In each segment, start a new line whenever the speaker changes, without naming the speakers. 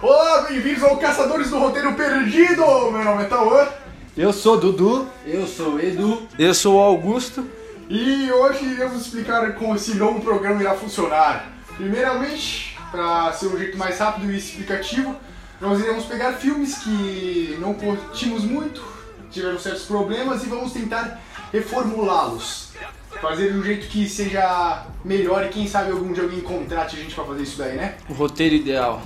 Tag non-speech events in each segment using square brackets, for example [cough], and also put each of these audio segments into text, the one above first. Olá, bem-vindos ao Caçadores do Roteiro Perdido! Meu nome é Tauan
Eu sou o Dudu.
Eu sou o Edu.
Eu sou o Augusto.
e hoje iremos explicar como esse novo programa irá funcionar. Primeiramente, para ser um jeito mais rápido e explicativo, nós iremos pegar filmes que não curtimos muito, tiveram certos problemas e vamos tentar reformulá-los. Fazer de um jeito que seja melhor e quem sabe algum dia alguém contrate a gente para fazer isso daí, né?
O roteiro ideal.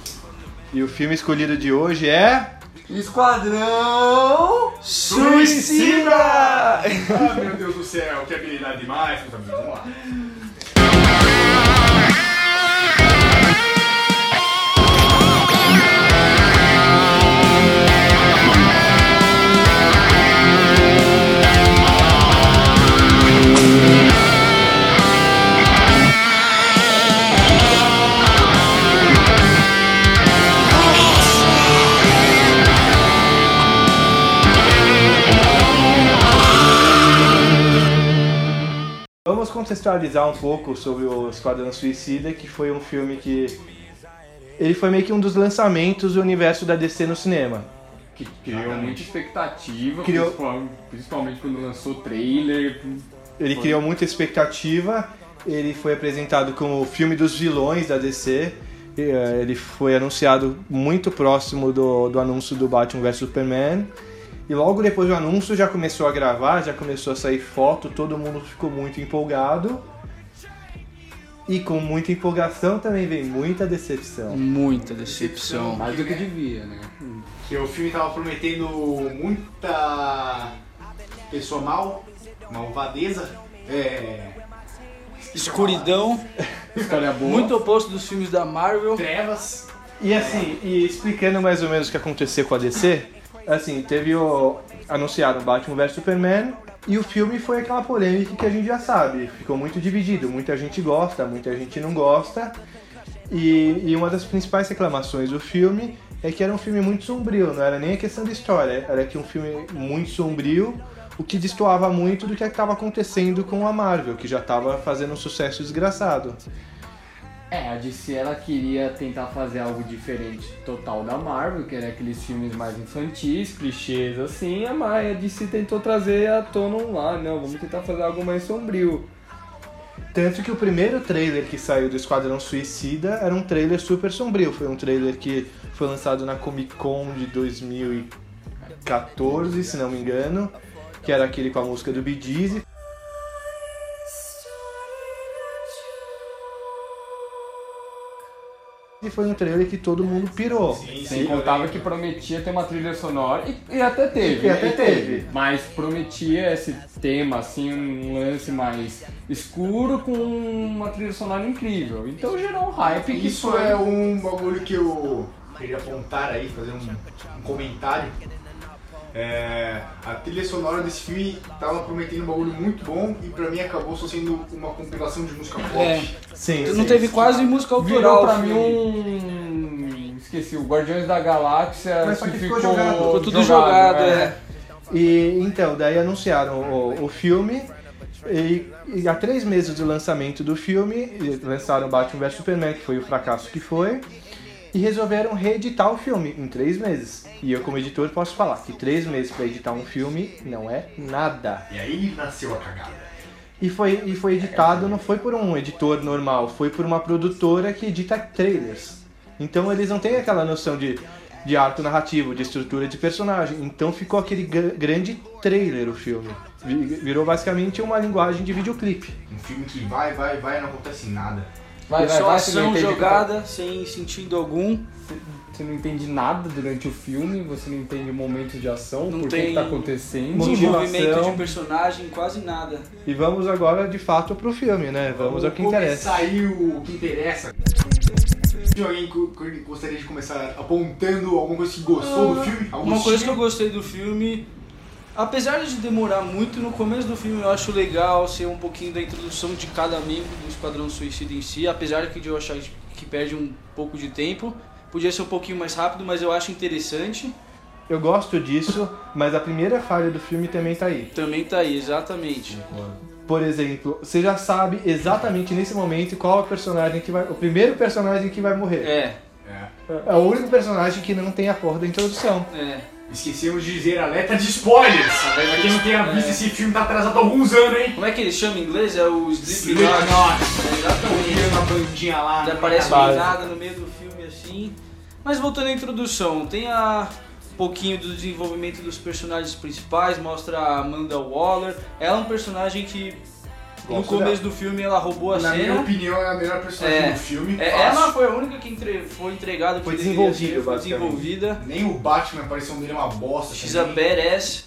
E o filme escolhido de hoje é.
Esquadrão
Ah, meu Deus do céu, que habilidade demais, meus amigos, vamos lá.
Vamos contextualizar um pouco sobre o Esquadrão Suicida, que foi um filme que. Ele foi meio que um dos lançamentos do universo da DC no cinema.
Que criou muita expectativa,
Criou-
principal- principalmente quando lançou o trailer.
Ele
Foi.
criou muita expectativa, ele foi apresentado como o filme dos vilões da DC. e, eh, Ele foi anunciado muito próximo do, do anúncio do Batman vs Superman. E logo depois do anúncio já começou a gravar, já começou a sair foto, todo mundo ficou muito empolgado. E com muita empolgação também vem muita decepção.
Muita decepção.
Mais do que devia, né?
Que o filme tava prometendo muita pessoa mal, malvadeza. É.
Escuridão,
História boa.
muito oposto dos filmes da Marvel.
Trevas.
E assim, e explicando mais ou menos o que aconteceu com a DC, assim, teve o. anunciaram Batman vs Superman e o filme foi aquela polêmica que a gente já sabe. Ficou muito dividido, muita gente gosta, muita gente não gosta. E, e uma das principais reclamações do filme é que era um filme muito sombrio, não era nem a questão de história, era que um filme muito sombrio, o que destoava muito do que estava acontecendo com a Marvel, que já estava fazendo um sucesso desgraçado.
É, a DC ela queria tentar fazer algo diferente total da Marvel, que era aqueles filmes mais infantis, clichês assim, mas a DC tentou trazer à tona um lá, não, vamos tentar fazer algo mais sombrio.
Tanto que o primeiro trailer que saiu do Esquadrão Suicida era um trailer super sombrio. Foi um trailer que foi lançado na Comic Con de 2014, se não me engano, que era aquele com a música do Bee Gees. E foi um trailer que todo mundo pirou.
Sem contava que prometia ter uma trilha sonora e, e até teve.
E até teve.
Mas prometia esse tema, assim, um lance mais escuro com uma trilha sonora incrível. Então gerou um hype que
Isso
foi-
é um bagulho que eu queria apontar aí, fazer um, um comentário. É, a trilha sonora desse filme tava prometendo um bagulho muito bom e pra mim acabou só sendo uma compilação de música pop.
É.
Sim,
Não
sim.
teve quase música
Virou
autoral.
pra
filme.
mim um. Esqueci, o Guardiões da Galáxia
Mas só
que
que ficou
ficou,
jogado.
Ficou tudo jogado,
né?
é.
E então, daí anunciaram o, o filme. E, e há três meses do lançamento do filme, e lançaram Batman vs Superman, que foi o fracasso que foi, e resolveram reeditar o filme em três meses. E eu, como editor, posso falar que três meses para editar um filme não é nada.
E aí nasceu a cagada.
E foi, e foi editado, não foi por um editor normal, foi por uma produtora que edita trailers. Então eles não têm aquela noção de, de arco narrativo, de estrutura de personagem. Então ficou aquele gr- grande trailer o filme. Vi- Virou basicamente uma linguagem de videoclipe.
Um filme que vai, vai, vai e não acontece nada.
Vai, vai,
Só
vai, você não
ação
entende
jogada, sem sentido algum.
que- Você não entende nada durante o filme, você não entende o momento de ação,
Não
por que
tem
que tá acontecendo.
Motivação.
Desenvolvimento de personagem, quase nada.
E vamos agora de fato pro filme, né? Vamos ao que interessa.
Saiu o que interessa. Tem alguém que que gostaria de começar apontando alguma coisa que gostou do filme? Algum
Ah, Uma coisa que eu
estilo?
gostei do filme, apesar de demorar muito, no começo do filme eu acho legal ser um pouquinho da introdução de cada membro do Esquadrão Suicida em si, apesar que eu achar que perde um pouco de tempo. Podia ser um pouquinho mais rápido, mas eu acho interessante.
Eu gosto disso, mas a primeira falha do filme também tá aí.
Também tá aí, exatamente.
Por exemplo, você já sabe exatamente nesse momento qual é o personagem que vai. O primeiro personagem que vai morrer.
É,
É.
É o único personagem que não tem a porra da introdução.
É.
Esquecemos de dizer alerta de spoilers. Pra quem não tenha visto, esse filme tá atrasado há alguns anos, hein?
Como é que ele chama em inglês? É o Sleep
Slipknot.
É
Tem
exatamente.
uma bandinha lá.
Que
né?
aparece
Tá
base.
do nada no meio do filme assim. Mas voltando à introdução, tem a um pouquinho do desenvolvimento dos personagens principais, mostra a Amanda Waller. Ela é um personagem que no
Gosto
começo do filme ela roubou a
Na minha
cena.
opinião, é a melhor personagem
É.
do filme.
É,
fácil.
ela foi a única que entre- foi entregada o que
Foi
deveria
desenvolvida,
ser, foi
basicamente.
desenvolvida.
Nem o Batman, a aparição dele é uma bosta.
She's a
também.
badass.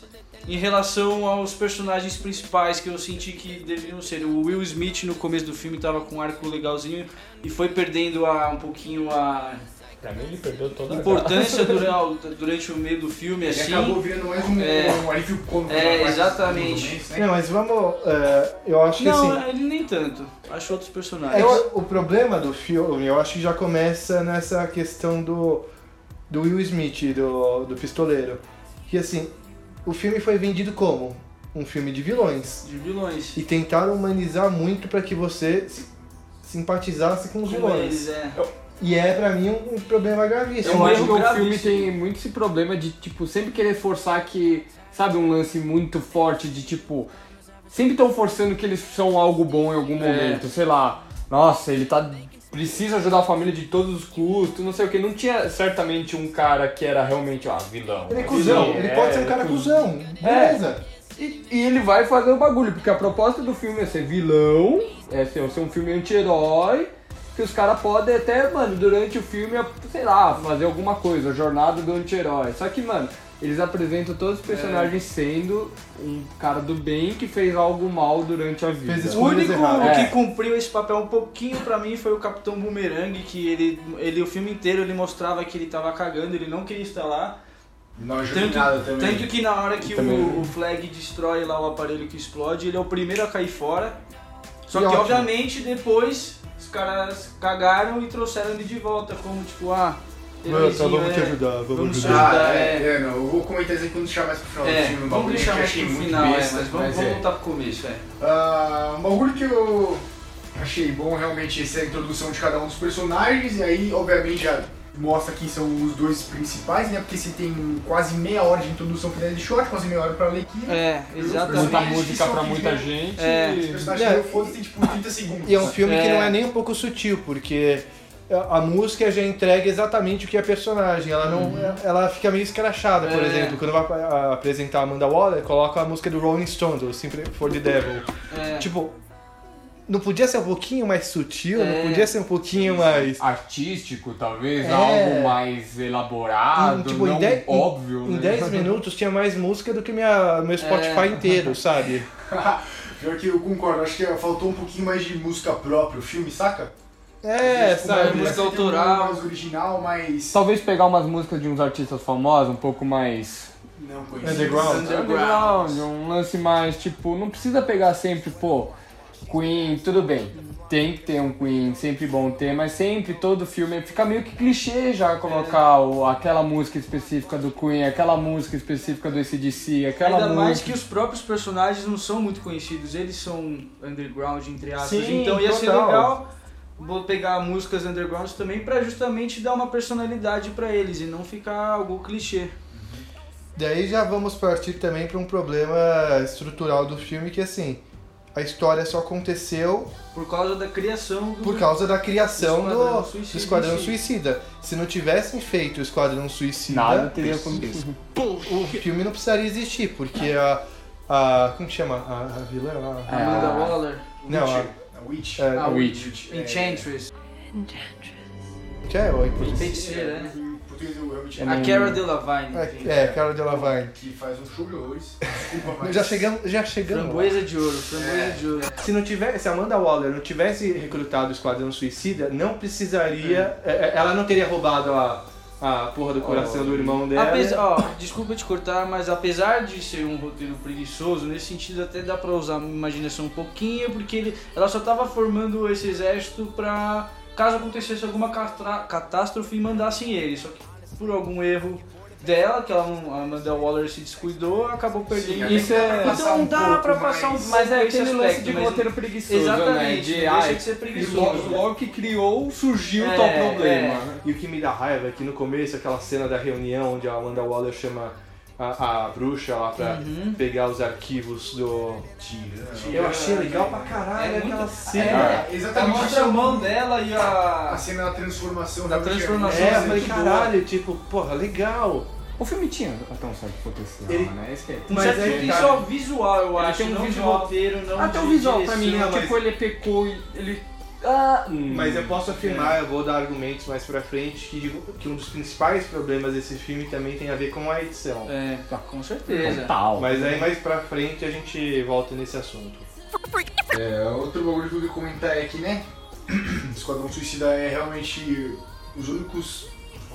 Em relação aos personagens principais que eu senti que deveriam ser, o Will Smith no começo do filme tava com um arco legalzinho e foi perdendo a, um pouquinho a
Pra mim ele perdeu toda a
importância durante, durante o meio do filme,
Ele
assim.
acabou virando mais um,
É.
um alívio cômico.
É,
na parte do
exatamente.
Fluminense, né?
Não, mas vamos. eh, eu acho que assim.
Não, ele nem tanto. Acho outros
É
personagens.
que o problema do filme, eu acho que já começa nessa questão do, do Will Smith, do, do pistoleiro. Que assim, o filme foi vendido como um filme de vilões.
De vilões.
E tentaram humanizar muito pra que você se- simpatizasse com os
Como
vilões.
eles, é.
E é pra mim um, um problema gravíssimo.
É um
Eu acho
erro
que o
gravíssimo.
filme tem muito esse problema de, tipo, sempre querer forçar que. Sabe, um lance muito forte de tipo. Sempre estão forçando que eles são algo bom em algum momento, sei lá. Nossa, ele tá. Precisa ajudar a família de todos os custos, não sei o que. Não tinha certamente um cara que era realmente, ah, vilão.
Ele é
vilão,
cuzão, ele
é,
pode ser um cara
é
cuzão. Beleza.
E, e ele vai fazer o bagulho, porque a proposta do filme é ser vilão, é ser, ser um filme anti-herói, que os caras podem até, mano, durante o filme, sei lá, fazer alguma coisa, a jornada do anti-herói. Só que, mano, eles apresentam todos os personagens sendo um cara do bem que fez algo mal durante a vida.
Fez
O único
erradas.
que
É.
cumpriu esse papel um pouquinho pra mim foi o Capitão Boomerang, que ele, ele o filme inteiro ele mostrava que ele tava cagando, ele não queria estar lá.
Não ajuda em
Tanto,
nada também.
tanto que na hora que
Também.
o, o Flag destrói lá o aparelho que explode, ele é o primeiro a cair fora. Só
E
que
ótimo.
obviamente depois os caras cagaram e trouxeram ele de volta, como tipo, ah, heróizinho, é.
vamos,
Vamos ajudar.
Ah, é,
é.
é, não, eu vou comentar isso aí quando deixar mais pro final do
É,
filme. um
vamos
bagulho que
deixar
eu
mais
achei
pro
muito
final, é, mas
besta,
vamos,
mas
vamos
é.
voltar pro começo, é.
Ah, um bagulho que eu achei bom realmente é essa introdução de cada um dos personagens, e aí obviamente já mostra quem são os dois principais, né? Porque se tem quase meia hora de introdução pro Dead Shot, quase meia hora pra Lequina.
É, exatamente.
Muita
Isso
música
que
pra
eu
muita
queria.
gente.
É.
Os personagens
É.
é. foda tem tipo 30 segundos.
E é um filme que
É.
não é nem um pouco sutil, porque a a música já entrega exatamente o que é a personagem. Ela não, ela fica meio escrachada, por
Uhum. É.
exemplo, quando vai ap- apresentar a Amanda Waller, coloca a música do Rolling Stones, ou Simply for the Devil.
É.
Tipo, não podia ser um pouquinho mais sutil,
É.
não podia ser um pouquinho mais
Artístico, talvez,
É.
algo mais elaborado,
Em, tipo, em
não
dez- em-
óbvio,
em
né?
[laughs]
[laughs]
10 minutos tinha mais música do que minha, meu Spotify
É.
inteiro,
[laughs]
sabe?
Pior que eu concordo, acho que faltou um pouquinho mais de música própria, o filme, saca?
É,
Tipo,
sabe?
parece que tem um
autoral.
mais original, mas
Talvez pegar umas músicas de uns artistas famosos, um pouco mais
não conheço.
Underground.
É
underground, um lance mais tipo, não precisa pegar sempre, pô, Queen, tudo bem. Tem que ter um Queen, sempre bom ter, mas sempre todo filme fica meio que clichê já colocar o- aquela música específica do Queen, aquela música específica do ACDC, aquela
Ainda mais
música.
que os próprios personagens não são muito conhecidos, eles são underground, entre aspas.
Sim,
então ia ser
total.
legal vou pegar músicas undergrounds também pra justamente dar uma personalidade pra eles e não ficar algo clichê.
Daí já vamos partir também para um problema estrutural do filme que assim, a história só aconteceu
Por causa da criação do.
por causa da criação do
Esquadrão
Esquadrão,
Suicida
do Esquadrão
em si.
Suicida. Se não tivessem feito o Esquadrão Suicida,
Nada teria acontecido.
o filme não precisaria existir, porque a. a como que chama? A, a vilã? A,
É.
Amanda
Ah.
Waller,
não, a,
A Witch.
É,
a Witch.
É,
Enchantress,
que é, oi, por-
feiticeira, né?
em português eu realmente-
É
A
não-
Cara Delevingne, enfim.
é, é, Cara Delevingne.
Que faz um show de horrores. Desculpa, mas.
[laughs]
[laughs]
Já chegamos, já chegamos. lá.
Framboesa de ouro, framboesa de ouro.
Se não tivesse, se a Amanda Waller não tivesse recrutado o Esquadrão Suicida, não precisaria, é, é, ela não teria roubado a, a porra do coração do irmão dela.
Apesar, ó, desculpa te cortar, mas apesar de ser um roteiro preguiçoso, nesse sentido até dá pra usar a imaginação um pouquinho, porque ele, ela só tava formando esse exército pra caso acontecesse alguma catra- catástrofe e mandassem ele. Só que por algum erro dela, que ela, não- a Amanda Waller se descuidou, acabou perdendo.
Isso é.
passar
Então
um
dá
pouco
pra passar um
mais-
Mas é
esse
aquele lance
aspecto,
de
mas-
roteiro preguiçoso, né?
Exatamente,
De,
não deixa
ai,
de ser
e
preguiçoso.
logo, logo que criou, surgiu
É,
tal problema.
E o que me dá raiva é que no começo, aquela cena da reunião onde a Amanda Waller chama a, a bruxa lá pra pegar os arquivos do. Eu achei legal pra caralho
É
aquela
muito-
cena.
É, Ela
Exatamente.
mostra a mão dela e
A
a.
Assim,
cena da transformação
Da
realmente é
transformação.
muito-
É, eu falei,
muito
caralho, tipo, porra, legal.
O filme tinha até um certo potencial,
Ele-
né? Esse que é-
Um
Mas
certo
é que,
visual
cara,
visual, eu
ele
acho.
tem um
não
visual-
de roteiro, não
Até
de
o visual pra mim,
direção.
mas-
tipo, ele pecou, e ele... Ah, hum.
Mas eu posso afirmar, eu vou dar argumentos mais pra frente, que, digo que um dos principais problemas desse filme também tem a ver com a edição.
É, com certeza.
Total.
Mas aí mais pra frente a gente volta nesse assunto.
É, outro bagulho que eu queria comentar é que, né? [clears throat] Esquadrão Suicida é realmente os únicos.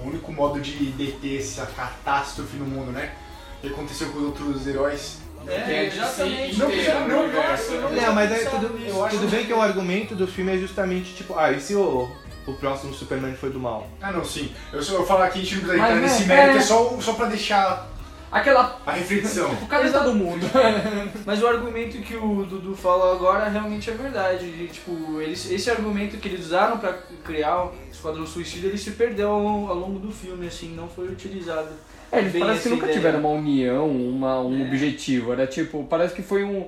O único modo de deter essa catástrofe no mundo, né? Que aconteceu com os outros heróis.
É, exatamente.
Não, não, não,
não,
Não, mas aí
pensava
tudo,
nisso.
eu acho- tudo
[laughs]
bem que o argumento do filme é justamente tipo, ah, e se o, o próximo Superman foi do mal?
Ah não, sim. Eu só vou falar aqui, a gente não precisa
Mas,
entrar
né,
nesse mérito,
é.
é só, só pra deixar
Aquela...
a reflexão.
O cara tá do mundo.
[laughs] Mas o argumento que o Dudu falou agora realmente é verdade. de, tipo, eles, esse argumento que eles usaram pra criar o Esquadrão Suicida, ele se perdeu ao, ao longo do filme, assim, não foi utilizado.
É, eles
Bem
parece que
essa
nunca
ideia.
tiveram uma união, uma, um objetivo. Era tipo, parece que foi um...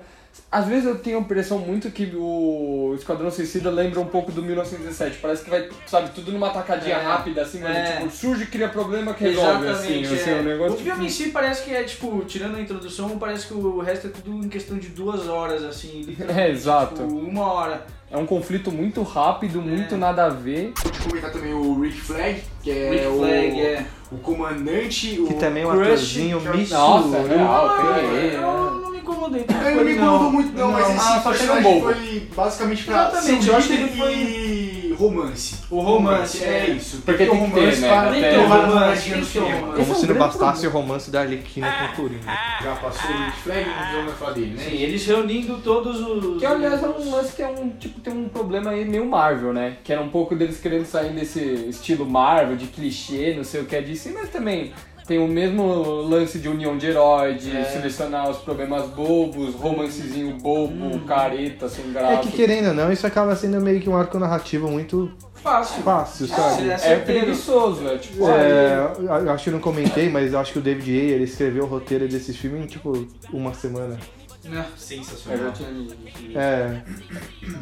Às vezes eu tenho a impressão muito que o Esquadrão Suicida lembra um pouco do 1917. Parece que vai, sabe, tudo numa tacadinha
É.
rápida, assim, mas
É.
tipo, surge, cria problema que resolve, assim. assim
é.
um negócio
o filme em si parece que é, tipo, tirando a introdução, parece que o resto é tudo em questão de duas horas, assim. literalmente,
[laughs] É, exato.
Tipo, uma hora.
É um conflito muito rápido, muito nada a ver.
Vou te comentar também o Rick Flag, que é,
Rick
o,
Flag, é.
o comandante, o.
Que também é um
Crush,
atorzinho
que é o-
misto. né?
Nossa, é real,
Ah,
tem aí.
eu não me incomodei.
Ele
tanto com
não me
ele,
incomodou muito não, mas
Não,
esse
ah, só chega
personagem
um bobo.
foi basicamente pra
Exatamente, eu acho que ele
ele foi... romance.
O romance,
é
é.
isso.
Porque tem que ter, né?
para
Tem
ter
que ter
uma
romance,
namoradinha no
tem que ter
cinema.
romance.
Como
Esse é um
se não
grande
bastaste o romance da Arlequina com o Coringa.
Já passou o Rick Flag, não vamos falar dele, né?
Sim, eles reunindo todos os.
Que aliás é um lance que é um tipo tem um problema aí meio Marvel, né? Que era um pouco deles querendo sair desse estilo Marvel, de clichê, não sei o que é disso, mas também tem o mesmo lance de união de herói, de
É.
selecionar os problemas bobos, romancezinho bobo, careta, sem
Uhum. É
graça.
que querendo ou não, isso acaba sendo meio que um arco narrativo muito
Fácil.
fácil,
Ele
sabe?
é
É
certeiro.
preguiçoso, é tipo.
É, eu acho que eu não comentei, mas eu acho que o David Ayer ele escreveu o roteiro desse filme em tipo uma semana.
Né?
Eu já
Sensacional.
tinha-
É.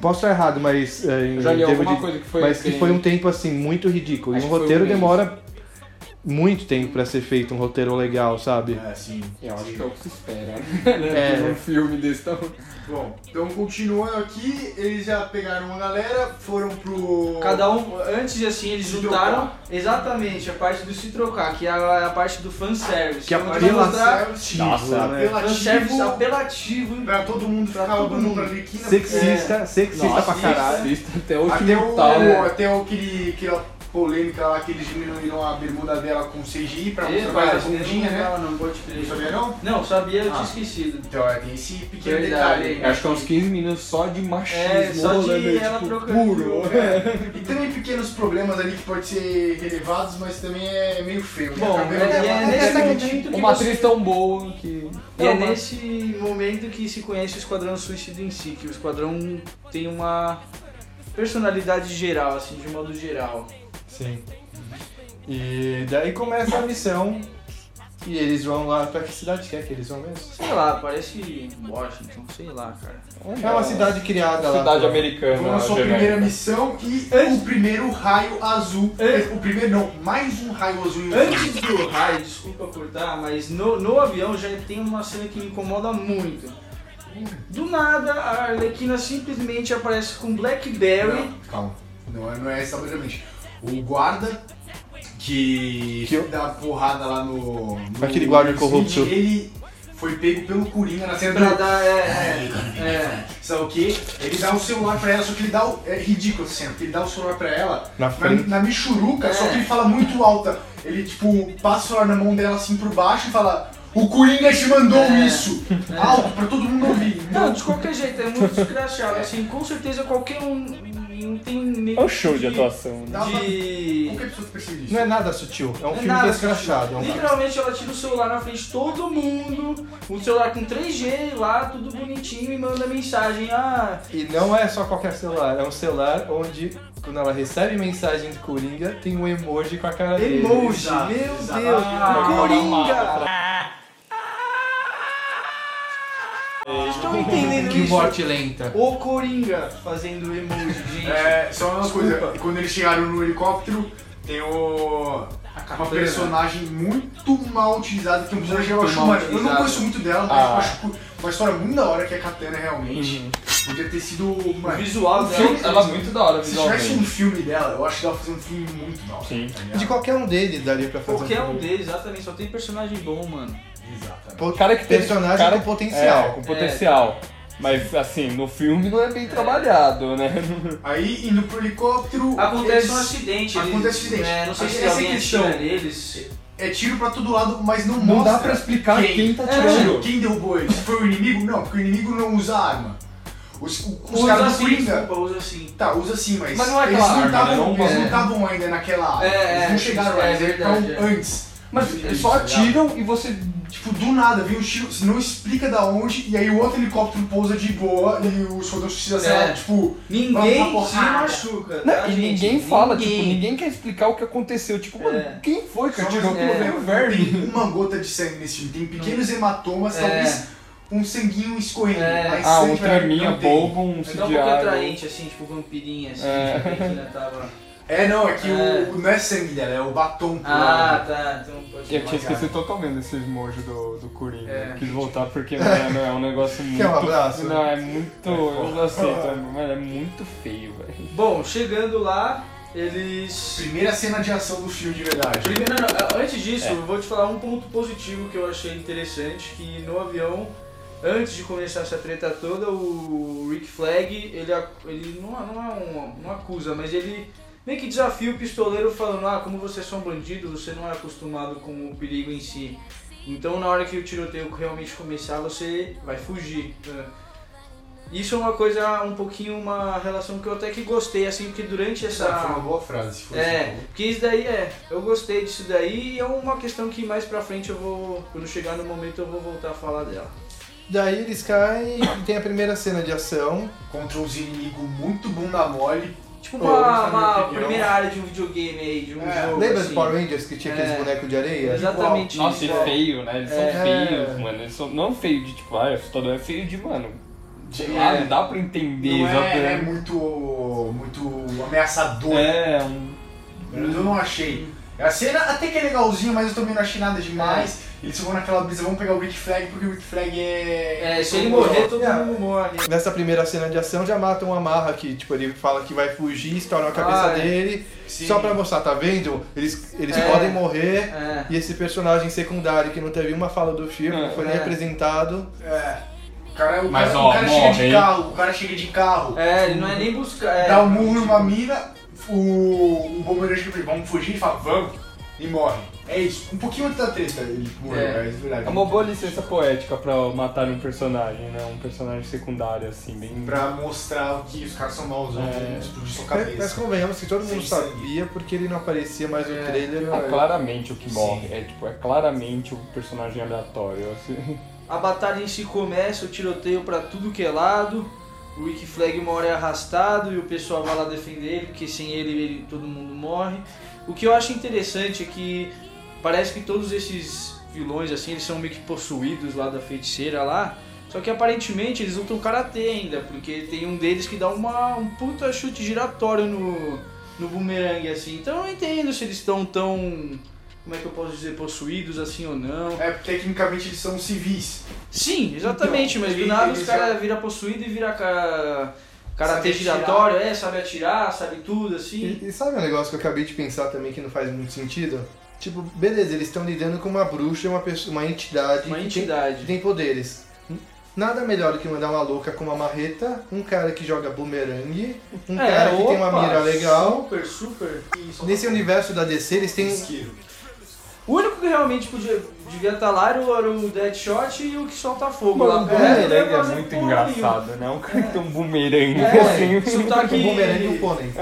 Posso estar errado, mas. é, em
Eu já li
termos
alguma
de-
coisa que foi.
mas que
bem-
foi um tempo assim muito ridículo. E
Acho
um
que foi
roteiro
um mês.
demora muito tempo pra ser feito um roteiro legal, sabe?
É, sim.
Eu acho que é o que se espera. [laughs]
É.
É. Um filme desse tamanho.
Bom, então continuando aqui, eles já pegaram uma galera, foram pro.
Cada um, antes assim, eles
Se
juntaram exatamente a parte do se trocar, que é a, a parte do fanservice.
Que
Então,
apela-
vai mostrar
apelativo.
Nossa,
né?
Fanservice
Apelativo
apelativo.
pra todo mundo ficar
todo
olhando pra
mundo.
Arlequina.
Sexista, sexista
Nossa,
pra caralho.
sexista Até o né?
Até,
último
o,
tal.
né?
até o, aquele, aquela polêmica lá que eles diminuíram a bermuda dela com CGI pra
Ele
mostrar mais a
vai-
bundinha, né?
Não, é. não pode
Não
crer.
sabia não?
Não, sabia, eu
Ah.
tinha esquecido.
Então é, tem esse pequeno
Verdade.
detalhe. aí, [laughs] né?
Eu acho que é uns 15 minutos só de machismo.
É, só de
rolando,
ela
tipo,
trocando.
Puro.
E também pequenos problemas ali que podem ser relevados, mas também é meio feio. né?
Bom,
Acabei-
é- é nesse
que-
momento que
Uma
você-
atriz tão boa que.
E é
Não, mas-
nesse momento que se conhece o Esquadrão Suicida em si, que o Esquadrão tem uma personalidade geral, assim, de modo geral.
Sim. E daí começa a missão. E eles vão lá pra que cidade que é que eles vão mesmo?
Sei lá, parece Washington, sei lá, cara.
É uma cidade criada lá.
Cidade
Vamos
americana.
à sua
genérica.
primeira missão e o primeiro raio azul. É, O primeiro não, mais um raio azul. em um filme.
Antes do raio, desculpa cortar, mas no, no avião já tem uma cena que me incomoda muito. Do nada, a Arlequina simplesmente aparece com Blackberry.
Não, calma. Não, é- não é exatamente. O guarda que,
Que eu-
dá porrada lá no. no-
Aquele guarda
no
corrupto.
Smith, Ele foi pego pelo Coringa na cena
Pra
do.
dar. É, é, é.
Sabe o que? Ele dá o celular pra ela, só que ele dá o. É ridículo assim, porque ele dá o celular pra ela
Na
na,
frente.
na Michuruca, só que ele fala muito alta. Ele, tipo, passa o celular na mão dela assim por baixo e fala. O Coringa te mandou
É.
isso! Alto pra todo mundo ouvir.
Não, de qualquer jeito, é muito desgraçado. Assim, com certeza qualquer um em não tem nem.
É um show de
de-
atuação. né?
Dá uma-
De.
Qualquer pessoa que precisa disso.
Não é nada sutil, é um
Não é
filme
nada
desgraçado. é um filme-
Literalmente ela tira o celular na frente de todo mundo, um celular com 3G lá, tudo bonitinho, e manda mensagem. Ah,
E não é só qualquer celular, é um celular onde, quando ela recebe mensagem do Coringa, tem um emoji com a cara dele.
emoji!
Exato,
Meu
exato.
Deus!
Ah,
Coringa! Vocês estão entendendo
Que
isso?
morte lenta.
O Coringa fazendo emoji, gente.
É, só uma coisa, quando eles chegaram no helicóptero, tem o. Uma
Catena.
personagem muito mal utilizada que um personagem que eu
Muito
acho
mal
uma- Eu não
utilizada.
conheço muito dela, mas
Ah.
eu acho uma história muito da hora que é a Katana realmente. Podia ter sido uma.
O visual
um
dela
filme-
Ela é muito da hora
Se tivesse
visualmente.
um filme dela, eu acho que dava pra fazer um filme muito mal.
Sim.
tá ligado?
De qualquer um deles daria pra fazer.
Qualquer um
filme.
deles, exatamente, só tem personagem bom, mano.
Exatamente.
Po-
Cara que tem-
um personagem
cara-
com potencial.
É, com potencial. Mas assim, no filme não é bem trabalhado, né?
Aí indo pro helicóptero.
Acontece
eles-
um acidente. eles-
Acontece um acidente.
É, não sei se
Essa
alguém
questão.
atira neles.
É tiro pra todo lado, mas não,
Não
mostra.
dá pra explicar quem,
Quem?
tá
É.
tirando.
Quem derrubou eles? Foi o inimigo? Não, porque o inimigo não usa arma. Os, o- os
usa
caras do
assim,
Coringa.
desculpa, usa assim.
Tá, usa sim, mas,
Mas não é
eles
aquela
não
arma,
estavam
né?
eles
É.
não estavam ainda naquela.
É,
eles não
é,
chegaram
é
ainda, eles
verdade,
estavam antes.
Mas
Sim,
eles só
tá ligado?
atiram e você.
Tipo, do nada vem o tiro, não explica da onde, e aí o outro helicóptero pousa de boa e o soldado suicida, sei lá,
É.
tipo, Uma
Ninguém se
porrada.
machuca.
Não,
tá,
e
gente?
ninguém fala, tipo, ninguém quer explicar o que aconteceu. Tipo,
É.
mano, quem foi que
Só
atirou
mais-
aquilo?
é,
Foi o verme.
Tem uma gota de sangue nesse filme. Tem pequenos hematomas,
É.
talvez um sanguinho escorrendo.
É.
mas
Ah,
sangue
um
pra-
traminha
não tem.
bobo, um
É um pouco
CGI.
atraente, assim, tipo vampirinha, assim,
É.
de repente, né,
[laughs]
tava...
É, não, é que
É.
O, não é sangue dela, é o batom. pro
Ah,
lado.
tá, então pode
Eu tinha
ser.
esquecido totalmente desse emoji do, do Coringa.
É.
Eu Quis voltar porque, mano, é um
[laughs]
negócio muito.
Quer um abraço?
Não, é muito. Eu não aceito, mano, é muito feio, velho.
Bom, chegando lá, eles...
Primeira cena de ação do filme de verdade.
Primeiro, não, antes disso, eu vou te falar um ponto positivo que eu achei interessante, que no avião, antes de começar essa treta toda, o Rick Flag, ele, ac- ele não, não é um, não acusa, mas ele meio que desafia o pistoleiro falando, ah, como você é só um bandido, você não é acostumado com o perigo em si. Então na hora que o tiroteio realmente começar, você vai fugir. né? Isso é uma coisa, um pouquinho, uma relação que eu até que gostei, assim, porque durante essa...
Ah, Foi uma boa frase, se fosse.
É, porque isso daí é. Eu gostei disso daí e é uma questão que mais pra frente eu vou. Quando chegar no momento eu vou voltar a falar dela.
Daí eles caem e tem a primeira cena de ação.
Contra os inimigos muito bunda mole.
Tipo
Pô,
uma,
essa é a minha
uma
opinião.
primeira área de um videogame aí, de um
É,
jogo.
Lembra
assim.
do Power Rangers que tinha aqueles
É.
bonecos de areia?
Exatamente
Nossa, e
isso. é.
feio, né? Eles são
É.
feios, mano. Eles são, não feio de tipo, ah, assustador, é feio de, mano. Sei lá,
É.
não dá pra entender
Não é,
exatamente.
é muito. muito ameaçador.
É, um.
Eu não achei. A cena até que é legalzinha, mas eu também não achei nada demais. Eles vão naquela brisa, vamos pegar o Rick Flag, porque o Rick Flag é.
É, se ele morrer, todo
É.
mundo morre.
Nessa primeira cena de ação já matam o Amarra que, tipo, ele fala que vai fugir, estouram a cabeça
Ah, é.
dele.
Sim.
Só pra mostrar, tá vendo? Eles, eles
É.
podem morrer.
É.
E esse personagem secundário que não teve uma fala do filme,
É.
não foi nem
É.
apresentado.
É. O cara, o
Mas,
cara,
ó,
o cara
morre,
chega de
hein?
carro, o cara chega de carro,
É, ele não é nem buscar. É,
dá um murro numa mina, o, o bombeiro chega e fala, vamos fugir, e fala, vamos, e morre. É isso. Um pouquinho antes da treta ele morreu,
É.
é, isso é verdade.
É uma boa licença poética pra matar um personagem, né? Um personagem secundário, assim, bem.
Pra mostrar que os caras são maus,
É.
é. explodir sua
Mas
cabeça.
convenhamos que todo mundo
Sem sangue.
sabia, porque ele não aparecia mais no
É.
trailer.
É claramente o que
Sim.
morre. É tipo, é claramente o personagem aleatório. assim.
A batalha em si começa, o tiroteio pra tudo que é lado. O Rick Flag uma hora é arrastado e o pessoal vai lá defender ele, porque sem ele, ele- todo mundo morre. O que eu acho interessante é que parece que todos esses vilões assim, eles são meio que possuídos lá da feiticeira lá. Só que aparentemente eles lutam karatê ainda, porque tem um deles que dá uma, um puta chute giratório no, no bumerangue assim. Então eu não entendo se eles estão tão, como é que eu posso dizer, possuídos assim ou não.
É, porque tecnicamente eles são civis.
Sim, exatamente,
Então,
mas do
ele-
nada
ele
os caras
já-
viram possuído e vira ca... karatê
Sabe atirar.
giratório, é, sabe atirar, sabe tudo, assim.
E, e sabe um negócio que eu acabei de pensar também que não faz muito sentido? Tipo, beleza, eles estão lidando com uma bruxa, uma, pessoa, uma entidade.
Uma
que tem- que
entidade.
tem poderes. Nada melhor do que mandar uma louca com uma marreta, um cara que joga bumerangue, um cara que tem uma
É, opa,
mira legal.
Super, super.
Nesse universo da DC, eles têm. um
Isqueiro.
O único que realmente podia Devia estar lá, era o, era o Deadshot e o que solta fogo
Mano,
lá
o
perto.
bumerangue
não ia
é
fazer
um muito
porra
[laughs] engraçado, né? Um cara que tem um bumerangue,
É,
assim.
isso
[laughs]
tá
O bumerangue e o
aqui.
pônei.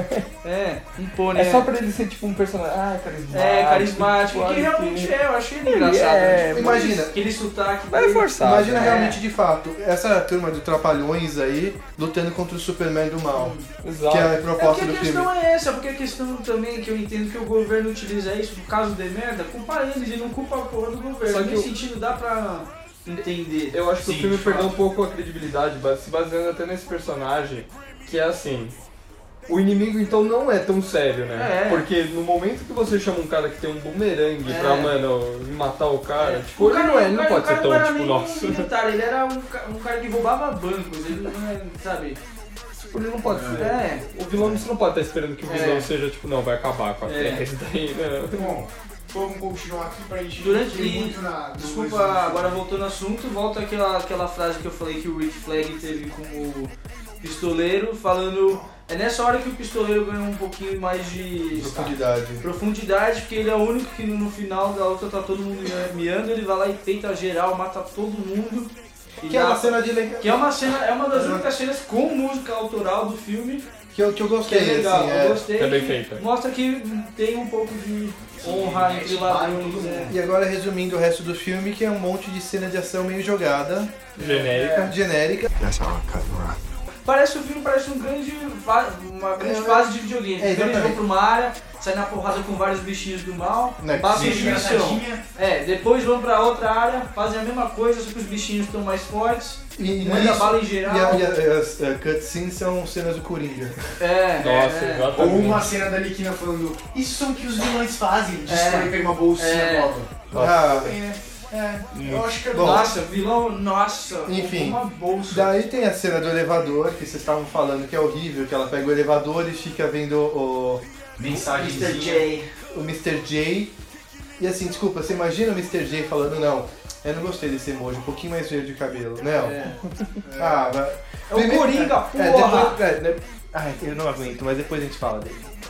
É, um
[laughs]
pônei.
É só pra ele ser tipo um personagem. Ah, carismático.
É, carismático.
pode
Que realmente
ser.
é, eu achei ele
Ele
engraçado.
é,
Tipo,
imagina.
Aquele sotaque.
Mas é
dele.
forçado.
Imagina
né?
realmente de fato, essa turma do Trapalhões aí lutando contra o Superman do mal,
Exato.
que é a
É porque
proposta
a
do filme.
questão é essa, porque a questão também que eu entendo que o governo utiliza isso, no caso de merda, culpa eles e não culpa a porra do governo.
Só que
Nesse
eu-
sentido dá pra entender.
Eu acho que
Sim,
o filme
de fato.
perdeu um pouco a credibilidade, base- se baseando até nesse personagem, que é assim. O inimigo então não é tão sério, né?
É.
Porque no momento que você chama um cara que tem um bumerangue
É.
pra, mano, matar o cara,
É.
tipo,
O cara-
ele não é,
o
ele não
cara-
pode
o
ser
cara não
tão,
era
tipo,
nem um
nossa. [laughs]
militar, ele era um, ca- um cara que roubava bancos, ele não é, sabe?
Tipo, ele não pode ser.
É.
O vilão você não pode estar esperando que o vilão
É.
seja, tipo, não, vai acabar com a
É.
terra. Isso daí, né?
Bom, Então, vamos continuar aqui pra gente
Durante-
ir muito na...
Desculpa,
no-
agora voltando ao assunto, volta aquela, aquela frase que eu falei que o Rick Flag teve com o pistoleiro, falando. É nessa hora que o pistoleiro ganhou um pouquinho mais de
Profundidade.
profundidade, porque ele é o único que no final da luta tá todo mundo miando, ele vai lá e tenta geral, mata todo mundo. e
Que é
dá-
uma cena de le-
que é uma cena, é uma das únicas cenas com música autoral do filme,
que eu, que eu
que é
gostei,
legal,
assim,
eu
é.
gostei.
É bem
que
feita.
Mostra que tem um pouco de honra
é
entre ladrões, né?
E agora resumindo o resto do filme, que é um monte de cena de ação meio jogada,
Genérica.
É.
genérica.
Parece o filme, parece um grande, va- uma grande
É,
fase de
é,
videogame. Primeiro eles vão
exatamente.
pra uma área, saem na porrada com vários bichinhos do mal,
Né,
batem
sim,
de missão. É, depois vão pra outra área, fazem a mesma coisa, só que os bichinhos estão mais fortes,
E,
manda
nisso-
bala em
e,
geral.
a, e a- e as eh, cutscenes são cenas do Coringa.
É,
Nossa,
é.
Ou
exatamente.
uma cena da Liquina falando, isso é o que os vilões fazem, destrói pega uma bolsinha
É.
nova.
Ah,
Tem, né? É, eu acho que é
Bom.
Nossa, vilão, nossa,
Enfim.
uma bolsa.
Daí tem a cena do elevador, que vocês estavam falando que é horrível, que ela pega o elevador e fica vendo o,
mensagenzinha.
Mr. J.
o Mr. J. E assim, desculpa, você imagina o Mr. J falando, não, eu não gostei desse emoji, um pouquinho mais verde o cabelo. Não.
É.
Ah, vai.
É o Coringa, porra!
Então. É, depois, é, né,
Ai, eu não aguento, mas depois a gente fala dele.
[laughs]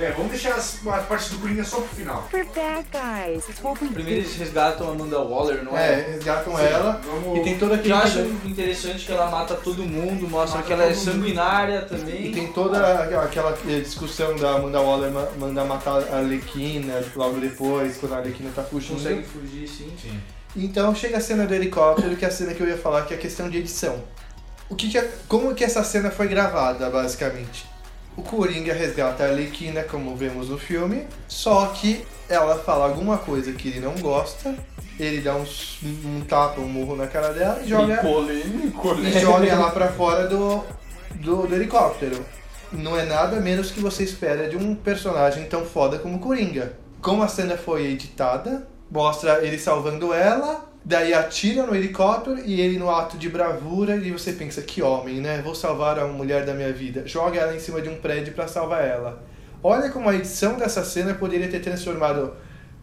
é, vamos deixar as, as partes do Coringa só pro final.
We're bad guys. It's what we
Primeiro
do.
eles resgatam a Amanda Waller, não
é,
é?
resgatam ela.
Vamos...
E tem todo
Eu acho
aquele.
interessante que ela mata todo mundo, mostra que ela é sanguinária também.
E tem toda aquela- aquela discussão da Amanda Waller ma- mandar matar a Arlequina tipo, logo depois, quando a Arlequina tá fugindo.
Consegue fugir, sim.
Então chega a cena do helicóptero, que é a cena que eu ia falar, que é a questão de edição. O que que é- como que essa cena foi gravada, basicamente? O Coringa resgata a Arlequina, como vemos no filme, só que ela fala alguma coisa que ele não gosta, ele dá um, s- um tapa, um murro na cara dela e joga,
polêmico, né?
e joga ela pra fora do, do, do helicóptero. Não é nada menos que você espera de um personagem tão foda como o Coringa. Como a cena foi editada, mostra ele salvando ela, daí atira no helicóptero e ele no ato de bravura e você pensa que homem, né? Vou salvar a mulher da minha vida. Joga ela em cima de um prédio pra salvar ela. Olha como a edição dessa cena poderia ter transformado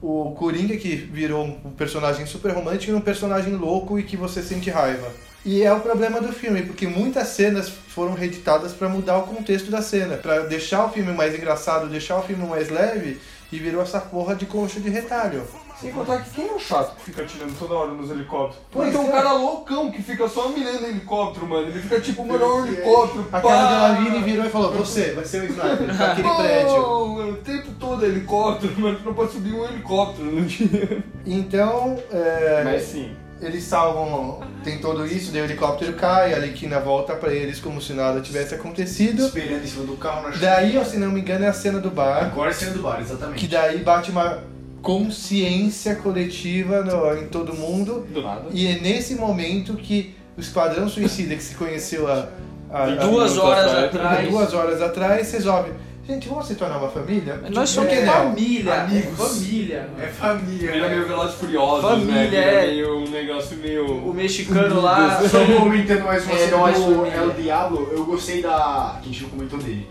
o Coringa que virou um personagem super romântico num personagem louco e que você sente raiva. E é o problema do filme, porque muitas cenas foram reeditadas pra mudar o contexto da cena, pra deixar o filme mais engraçado, deixar o filme mais leve e virou essa porra de concha de retalho.
Sem contar que quem é o chato que fica atirando toda hora nos helicópteros? Pô,
Pois
então
tem um
é.
cara loucão que fica só mirando helicóptero, mano. Ele fica tipo, mano, é
Esse
um
é.
helicóptero,
A
pá.
cara dela vira e virou e falou: Você vai ser o sniper daquele
Pô,
prédio.
mano, o tempo todo é helicóptero, mano. Tu não pode subir um helicóptero no dia.
Então, é,
Mas sim.
eles salvam, tem todo isso, daí o helicóptero cai, a Lequina volta pra eles como se nada tivesse acontecido.
Esperando em cima do carro na chuva.
Daí, se não me engano, é a cena do bar,
Agora é a cena do bar,
que
exatamente.
daí bate uma consciência coletiva no- em todo mundo.
Do nada.
E é nesse momento que o Esquadrão Suicida, que se conheceu há há- há
Duas horas
atrás.
há
atrás.
duas horas atrás, resolve. Gente, vamos se tornar uma família?
Nós somos um
Por que não?
família, é
Amigos.
família. mano.
É família,
Ele é meio
né?
Velozes e Furiosos,
Família,
né? Ele
é.
é meio um negócio
O
meio...
mexicano lá.
É.
Só comentando mais uma
Ah, É,
cena
nós
do
família.
El Diablo, eu gostei da... que a gente não comentou dele.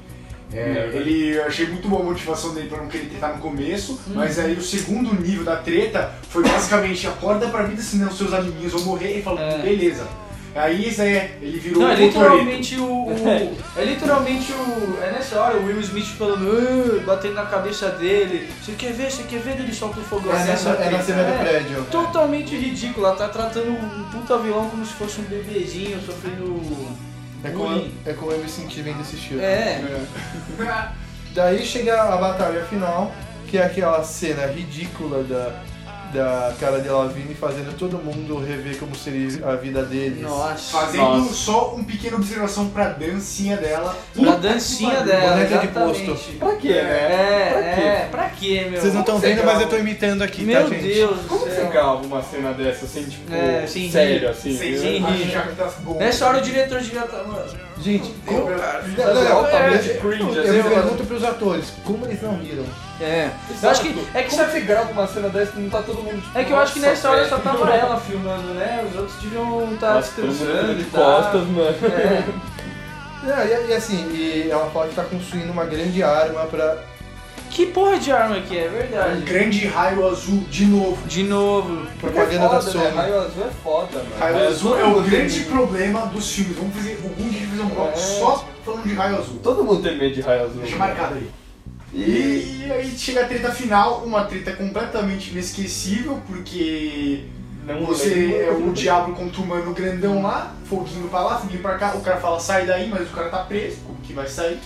É,
Hum.
Merda.
ele, eu achei muito boa a motivação dele pra não querer tentar no começo,
Hum.
mas aí o segundo nível da treta foi basicamente acorda pra vida, senão seus amiguinhos vão morrer e falou,
É.
beleza. Aí isso é, ele virou
Não,
um
é
motorito.
literalmente o, [laughs] o- É literalmente o. É nessa hora o Will Smith falando, "Ah", batendo na cabeça dele. Você quer ver? Você quer ver? Ele solta o fogão. assim,
É nessa- é na cena do
É
prédio.
Totalmente ridícula. Tá tratando um puta vilão como se fosse um bebezinho sofrendo.
É
bullying.
como, é como eu me senti vendo esse filme.
É.
Daí chega a batalha final, que é aquela cena ridícula da, da cara de Lavigne fazendo todo mundo rever como seria a vida deles.
Nossa.
Fazendo
Nossa.
só uma pequena observação pra dancinha dela.
Pra dancinha dela.
Boneca de
exatamente.
posto.
Pra quê,
É,
né?
é. Pra quê, meu?
Vocês não estão
Como
vendo,
legal.
mas eu tô imitando aqui,
Meu
tá, gente?
Deus do
Como que você
céu.
grava uma cena dessa assim, tipo,
É, sem rir.
sério, assim?
Sem
né?
rir.
a Jacques tá bom.
Nessa hora o diretor devia estar. Mano,
Gente, como...
Não, não, não.
Altamente
É,
cringe, assim,
eu
mano.
pergunto pros atores, como eles não riram?
é. Eu acho que. É que
Como
sabe.
você grava uma cena dessa e não tá todo mundo tipo,
É que eu acho que
nossa,
nessa hora só tá
velho.
tava ela filmando, né? Os outros deviam estar
Nossa, todo mundo
descansando
de
e tal.
costas, mano.
É.
É, e, e assim, e ela fala que tá construindo uma grande arma pra...
Que porra de arma que é, é
Um
verdade.
grande raio azul de novo.
De novo.
Propaganda
é foda,
da Sony.
Né? Raio azul é foda, mano.
Raio azul é
todo
o
mundo
grande
tem-
problema dos filmes. Vamos fazer algum dia fazer um bloco
É.
só falando de raio azul.
Todo mundo tem medo de raio azul.
Deixa
mano.
marcado aí.
E...
E aí chega a treta final, uma treta completamente inesquecível, porque
Não
você
lembro.
é o diabo contra o humano grandão lá, foguinho pra lá, foguinho pra cá, o cara fala sai daí, mas o cara tá preso, como que vai sair?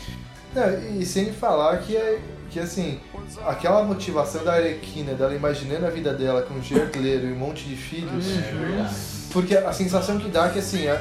Não, e sem falar que, é, que assim, aquela motivação da Arequina, dela imaginando a vida dela com o Gergleiro e um monte de filhos...
É
Porque a sensação que dá é que assim, a-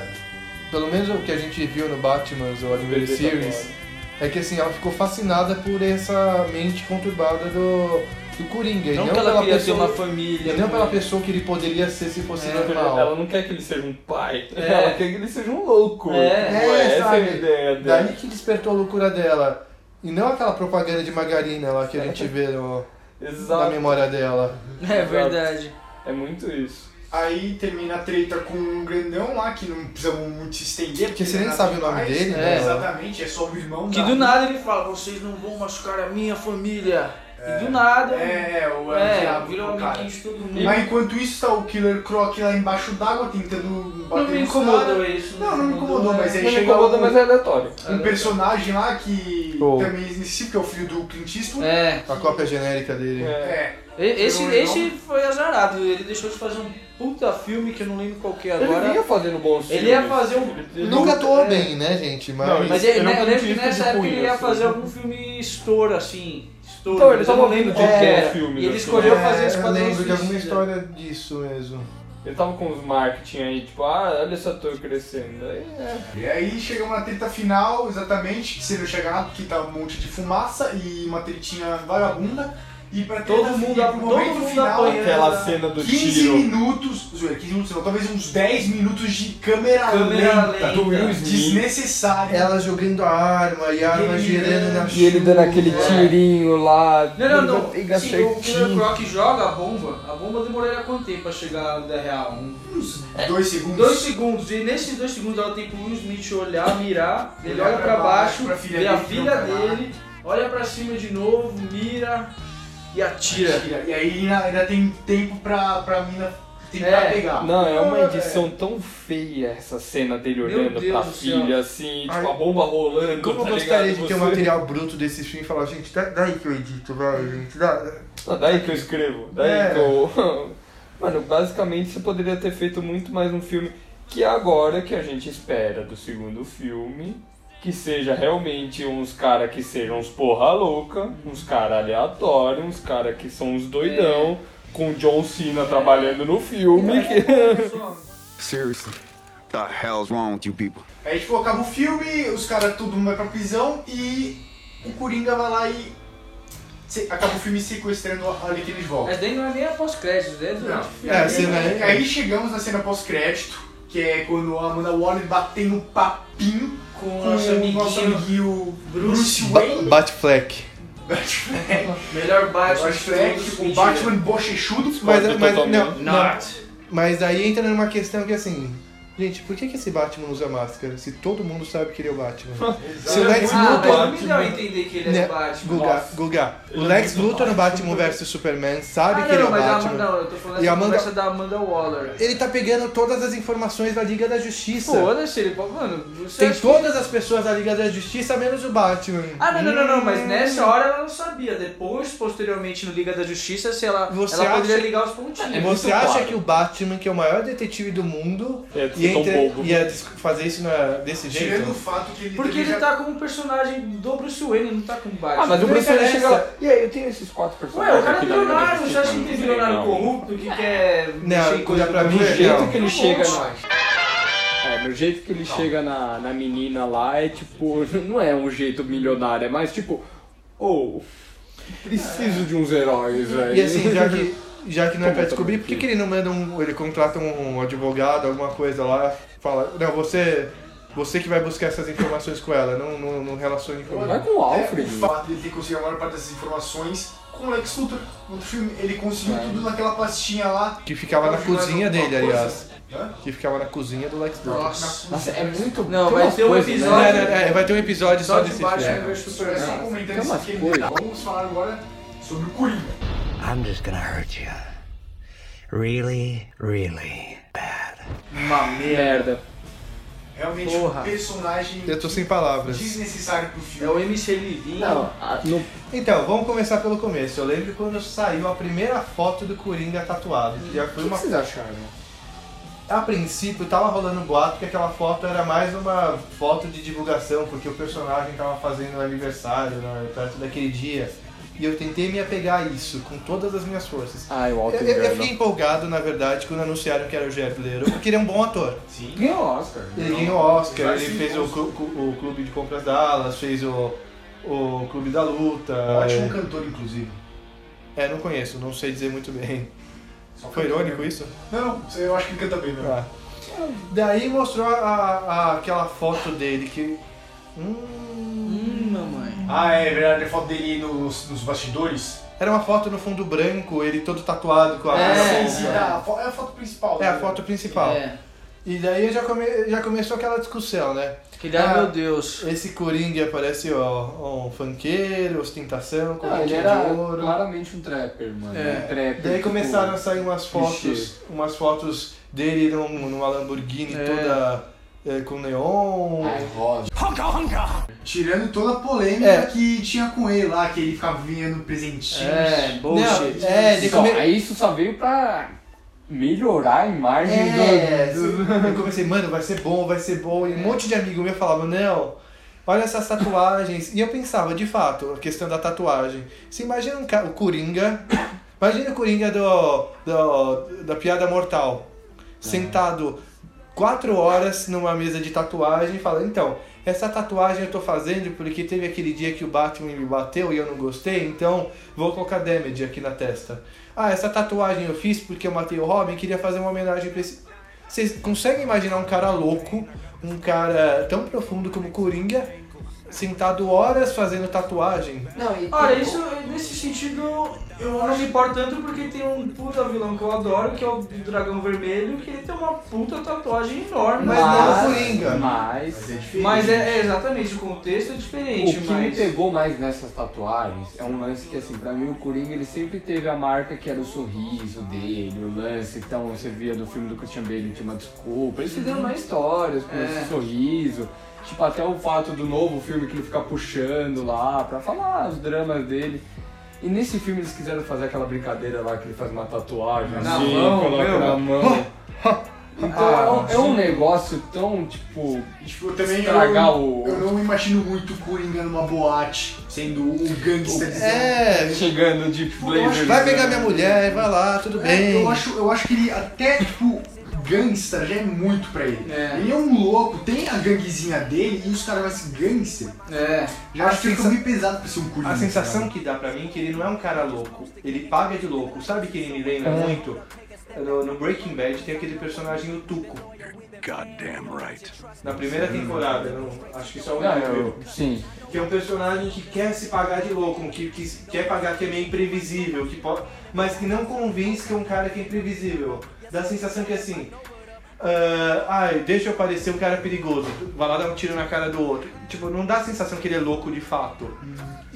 pelo menos o que a gente viu no Batman ou Animated
Perfeito
Series,
agora.
é que assim, ela ficou fascinada por essa mente conturbada do, do Coringa. e
Não
não
que ela
pela
queria ter
pessoa,
uma né?
e
família. É
não pela pessoa que ele poderia ser se fosse normal.
Ela não quer que ele seja um pai,
É.
[laughs] ela quer que ele seja um louco.
É.
Tipo,
É,
essa
sabe?
é a ideia dela.
Daí que despertou a loucura dela. E não aquela propaganda de margarina lá que a gente vê no- na
Exato.
memória dela.
É verdade.
É muito isso.
Aí termina a treta com um grandão lá, que não precisamos muito se estender.
Porque
ele
você nem
nada
sabe o nome
demais.
dele,
É,
né?
Exatamente, é só o irmão
Que
da-
do nada ele fala, vocês não vão machucar a minha família. E do nada.
É, é, o é, o
É,
diabo
virou
com o
um
cara.
amiguinho de todo mundo.
Mas enquanto isso está o Killer Croc lá embaixo d'água tentando bater
Não me
nos
incomodou
caras.
isso.
Não, não me incomodou, mas
Não
aí
me
chega
incomoda,
um,
mas é aleatório.
um personagem lá que
Oh.
também existe, que é o filho do Clint Eastwood.
É,
A cópia genérica dele.
É.
É.
e- esse,
Não, não.
esse foi azarado. Ele deixou de fazer um puta filme que eu não lembro qual que é
Ele
agora.
ia fazendo bons
Ele
filmes.
ia fazer um-
Ele-
Nunca atuou
É.
bem, né, gente? Mas,
Não,
Mas ele,
Ele é um
né, eu lembro que
cientista
nessa
de
época
punho,
ele ia
assim.
fazer algum filme estouro, assim. Estouro.
Então, ele
mas eu
tava
não lembro
vendo
qual que
é,
era.
filmes,
E ele
assim.
escolheu
É,
fazer
eu
Esquadrão
lembro de alguma
Suicida.
história disso mesmo.
Ele tava com os marketing aí, tipo, ah, olha esse ator crescendo. Aí, é.
E aí chega uma treta final, exatamente, que você não chega nada, porque tá um monte de fumaça e uma tretinha vagabunda. E pra treta
Todo mundo-
e pro
todo
momento
mundo
final,
apanha.
Aquela cena do
15
tiro
minutos, zoeira, 15 minutos não, talvez uns 10 minutos de câmera,
Câmera
lenta,
lenta.
do Will Smith.
desnecessária.
Ela jogando a arma e a arma
Ele-
girando na chuva.
E ele dando aquele
É.
tirinho lá.
Não, não, não.
Pega
Assim, o Killer
certinho.
Croc joga a bomba. A bomba demoraria quanto tempo pra chegar na vida real? Um
Uns dois segundos.
Dois segundos, e nesses dois segundos ela tem pro Will Smith olhar, mirar, ele
Olhar
olha
pra
pra baixo,
baixo, pra filha
vê a
dele,
filha
não pra lá.
dele, olha pra cima de novo, mira e atira.
Tira. E aí ainda, ainda tem tempo pra, pra mina tentar
É.
pegar.
Não, é uma edição tão feia essa cena dele
Meu
olhando
Deus
pra
do
filha,
céu.
assim, tipo,
Ai.
a bomba rolando.
Como eu
tá
gostaria
ligado?
de ter o
Você-
material bruto desse filme e falar, gente, dá, dá aí que eu edito, vai, gente, dá.
Ah, daí que eu escrevo, daí
É.
que eu. [laughs] Mano, basicamente você poderia ter feito muito mais um filme que agora que a gente espera do segundo filme, que seja realmente uns cara que sejam uns porra louca, uns cara aleatório, uns cara que são uns
É.
doidão, com o John Cena trabalhando no filme.
Seriously, the hell's wrong with you people?
Aí tipo, acaba o filme, os caras todo mundo vai pra prisão e o Coringa vai lá e se- acaba o filme sequestrando a Arlequina de volta.
Mas daí não é nem após créditos, é durante o filme.
É, a cena
E
é.
aí chegamos na cena pós-crédito, que é quando a Amanda Waller batendo um papinho
Com
com
o nosso
o nosso
amiguinho,
amiguinho Bruce
Bruce
Wayne. [laughs]
Batfleck.
melhor Batman de todos,
Flashback, o
mentira.
é tipo Batman bochechudo.
Mas,
Contra
mas,
totalmente.
não, não.
Not.
mas daí entra numa questão que assim, Gente, por que, que esse Batman usa máscara se todo mundo sabe que ele é o [laughs] Batman?
Exato.
se o Lex
Ah,
Luthor.
mas não me deu a entender que ele é
Né,
o Batman.
Guga, Guga, o
Ele é
Lex
muito
Luthor no Batman vs Superman sabe
Ah,
que ele é
não,
o
mas a
Batman.
Amanda, não, eu tô
E
falando da
a Amanda-
conversa da Amanda Waller.
Ele tá pegando todas as informações da Liga da Justiça.
Foda-se, ele pode, mano, você
Tem
acha que-
todas as pessoas da Liga da Justiça, menos o Batman.
Ah, não, não, não, não, mas
Hum.
nessa hora ela não sabia. Depois, posteriormente, no Liga da Justiça, se ela,
Você
ela poderia
acha-
ligar os pontinhos.
É muito
Você acha
claro.
que o Batman, que é o maior detetive do mundo,
É, você
ia,
tão
entre-
bobo.
ia des- fazer isso na- desse
Tirando o
jeito?
fato que ele
Porque
também
ele
já-
tá como personagem do Bruce Wayne, não tá com Batman.
Ah, mas o
Não
Bruce Wayne
interessa.
chega lá. E aí, eu tenho esses quatro personagens.
Ué, o cara é
tá
aqui da Liga da
bilionário, você
Justiça,
acha que
não
né?
tem
sei,
bilionário
não.
corrupto que quer mexer em coisa
olha pra
do
mim,
governo?
é
Do jeito que ele
Não,
chega na-
nós.
É, no jeito que ele chega na, na menina lá é tipo, [laughs] não é um jeito milionário, é mais tipo, ou preciso de uns heróis aí.
E assim, já que,
[laughs]
já que não é pra
Como
descobrir, por que, que ele não manda um. Ele contrata um advogado, alguma coisa lá, fala. Não, você. Você que vai buscar essas informações com ela, não, não, não relacione com
Vai
ela.
com o
É,
Alfred.
O fato dele ter conseguido a maior parte dessas informações com o Lex Luthor no outro filme. Ele conseguiu
É.
tudo naquela pastinha lá.
Que ficava na
Não, não, não,
cozinha dele,
não,
aliás.
Hã?
Que ficava na cozinha do Lex Luthor.
Nossa.
Nossa, é muito
Não,
tem
vai
umas
ter um
coisas,
Não, não,
episódio-
não, é, vai ter um episódio só
Só de
desse
Batman
filme.
vs Superman.
É só comentando
assim. tem
isso
umas
aqui. então,
coisas.
Vamos falar agora sobre o Coringa.
I'm just gonna hurt you. Really, really bad.
Uma merda.
merda.
Realmente
Porra.
um personagem
Eu tô sem palavras.
desnecessário pro
É
filme.
o MC Livinho.
Não, a- no-
Então, vamos começar pelo começo. Eu lembro quando saiu a primeira foto do Coringa tatuado. que Já foi
o que
uma...
vocês acharam?
A princípio, tava rolando um boato que aquela foto era mais uma foto de divulgação, porque o personagem tava fazendo aniversário né, perto daquele dia. E eu tentei me apegar a isso com todas as minhas forças.
Ai, o
Eu,
Alfred.
eu- eu fiquei empolgado, na verdade, quando anunciaram que era o Jared Leto, porque ele é um bom ator.
Ganhou o Oscar.
Ele ganhou o Oscar,
Vai
ele
sim,
fez
com
o, clu- cu- o Clube de Compras Dallas, fez o, o Clube da Luta.
Ótimo
é.
cantor, inclusive.
É, não conheço, não sei dizer muito bem. [laughs]
Só
Foi
cantor
irônico
mesmo.
isso?
Não, não, eu acho que ele canta bem né? mesmo.
Ah. Daí mostrou a, a- aquela foto dele que. Hum,
Hum, mamãe.
Ah, é verdade, a foto dele nos, nos bastidores.
era uma foto no fundo branco, ele todo tatuado com a.
É,
Essa
cara
em
bonita.
si, tá? A fo- é a foto principal.
é a
né?
foto principal.
É.
E daí já, come- já começou aquela discussão, né?
Que dá,
Ah.
meu Deus.
Esse Coringa parece ó, um funkeiro, ostentação,
Não, Ah, ele
corrente
era
de ouro.
claramente um trapper, mano.
É.
Um trapper.
Daí
tipo,
começaram a sair umas fotos,
clichê.
umas fotos dele num- numa Lamborghini
É.
toda é, com neon.
Ah,
Tirando toda a polêmica
É.
que tinha com ele lá, que ele ficava vendendo presentinhos.
É, bullshit.
Não, é, de
Só,
come...
aí isso só veio pra melhorar a imagem
É,
do. É. do-
eu comecei, mano, vai ser bom, vai ser bom. E um monte de amigo meu falava, não, olha essas tatuagens. E eu pensava, de fato, a questão da tatuagem. Você imagina um ca... o Coringa, imagina o Coringa do, do- da Piada Mortal, É. sentado quatro horas numa mesa de tatuagem e falando, então, essa tatuagem eu tô fazendo porque teve aquele dia que o Batman me bateu e eu não gostei, então vou colocar damage aqui na testa. Ah, essa tatuagem eu fiz porque eu matei o Robin e queria fazer uma homenagem pra esse. Vocês conseguem imaginar um cara louco, um cara tão profundo como o Coringa, sentado horas fazendo tatuagem?
Não, e-
Olha, isso, nesse sentido, eu não me importo tanto porque tem um puta vilão que eu adoro, que é o Dragão Vermelho, que ele tem uma puta tatuagem enorme. é
Mas não o Coringa.
Mas
Mas é, é exatamente, o contexto é diferente,
o que me
mas...
pegou mais nessas tatuagens é um lance que, assim, pra mim o Coringa ele sempre teve a marca que era o sorriso dele, o lance. Então você via do filme do Christian Bale, tinha uma desculpa. Eles fizeram mais histórias com
É.
esse sorriso. Tipo, até o fato do novo filme que ele fica puxando lá pra falar os dramas dele. E nesse filme eles quiseram fazer aquela brincadeira lá que ele faz uma tatuagem
Na
assim,
mão,
coloca
meu.
na
[laughs]
mão. Então
Ah,
é um- é, um negócio tão, tipo,
Tipo, também
Estragar
eu,
um
o-
eu não imagino muito o Coringa numa boate, sendo o gangster.
É,
chegando né? de blazer.
vai pegar minha mulher, vai lá, tudo
É,
bem.
eu, acho, eu acho que ele até, tipo, gangster já é muito pra ele.
É.
Ele é um louco, tem a ganguezinha dele e os caras vão ser gangster.
É,
Já
A
acho que fica
sensa-
meio pesado pra ser um Coringa.
A sensação
sabe?
que dá pra mim é que ele não é um cara louco. Ele paga de louco. Sabe que ele me lembra muito? No, no Breaking Bad tem aquele personagem, o Tuco.
Goddamn right.
Na primeira temporada, não, acho que só o
Não,
único.
eu, sim.
Que é um personagem que quer se pagar de louco, que, que quer pagar que é meio imprevisível, que pode, mas que não convence que é um cara que é imprevisível. Dá a sensação que é assim, ah, ai, deixa eu parecer um cara perigoso, vai lá dar um tiro na cara do outro. Tipo, não dá a sensação que ele é louco de fato.
Hum.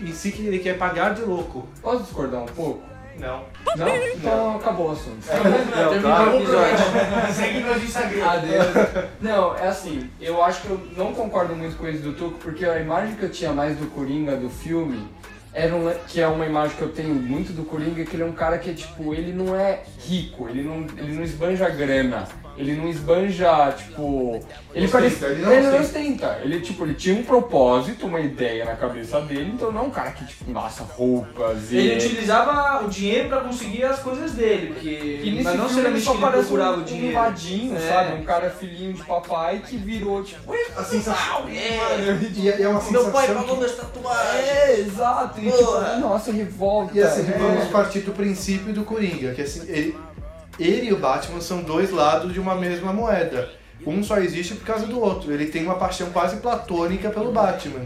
Em si que ele quer pagar de louco.
Posso discordar um pouco?
Não. É,
Não? Então acabou o assunto.
Terminou o episódio.
[laughs] Segue no Instagram.
[laughs] Adeus. Não, é assim, eu acho que eu não concordo muito com isso do Tuco, porque a imagem que eu tinha mais do Coringa do filme era um, que é uma imagem que eu tenho muito do Coringa, que ele é um cara que tipo, ele não é rico, ele não, ele não esbanja grana. Ele não esbanja, tipo. Ele, parece,
ele
ele
não
não ostenta. Ele, tipo, ele tinha um propósito, uma ideia na cabeça dele, então não é um cara que, tipo, nossa, roupas é, e.
Ele utilizava o dinheiro pra conseguir as coisas dele,
E
porque
nesse
mas não
filme ele
seriamente
só
ele
parece um,
procurava o
um
dinheiro.
mimadinho,
É.
sabe? Um cara filhinho de papai que virou tipo... "Ui,
A sensação.
É,
E é uma sensação. que-
minhas tatuagens.
É, exato. E tipo, nossa, revolta.
E assim,
é.
vamos partir do princípio do Coringa, que assim, ele, ele e o Batman são dois lados de uma mesma moeda. Um só existe por causa do outro. Ele tem uma paixão quase platônica pelo Batman.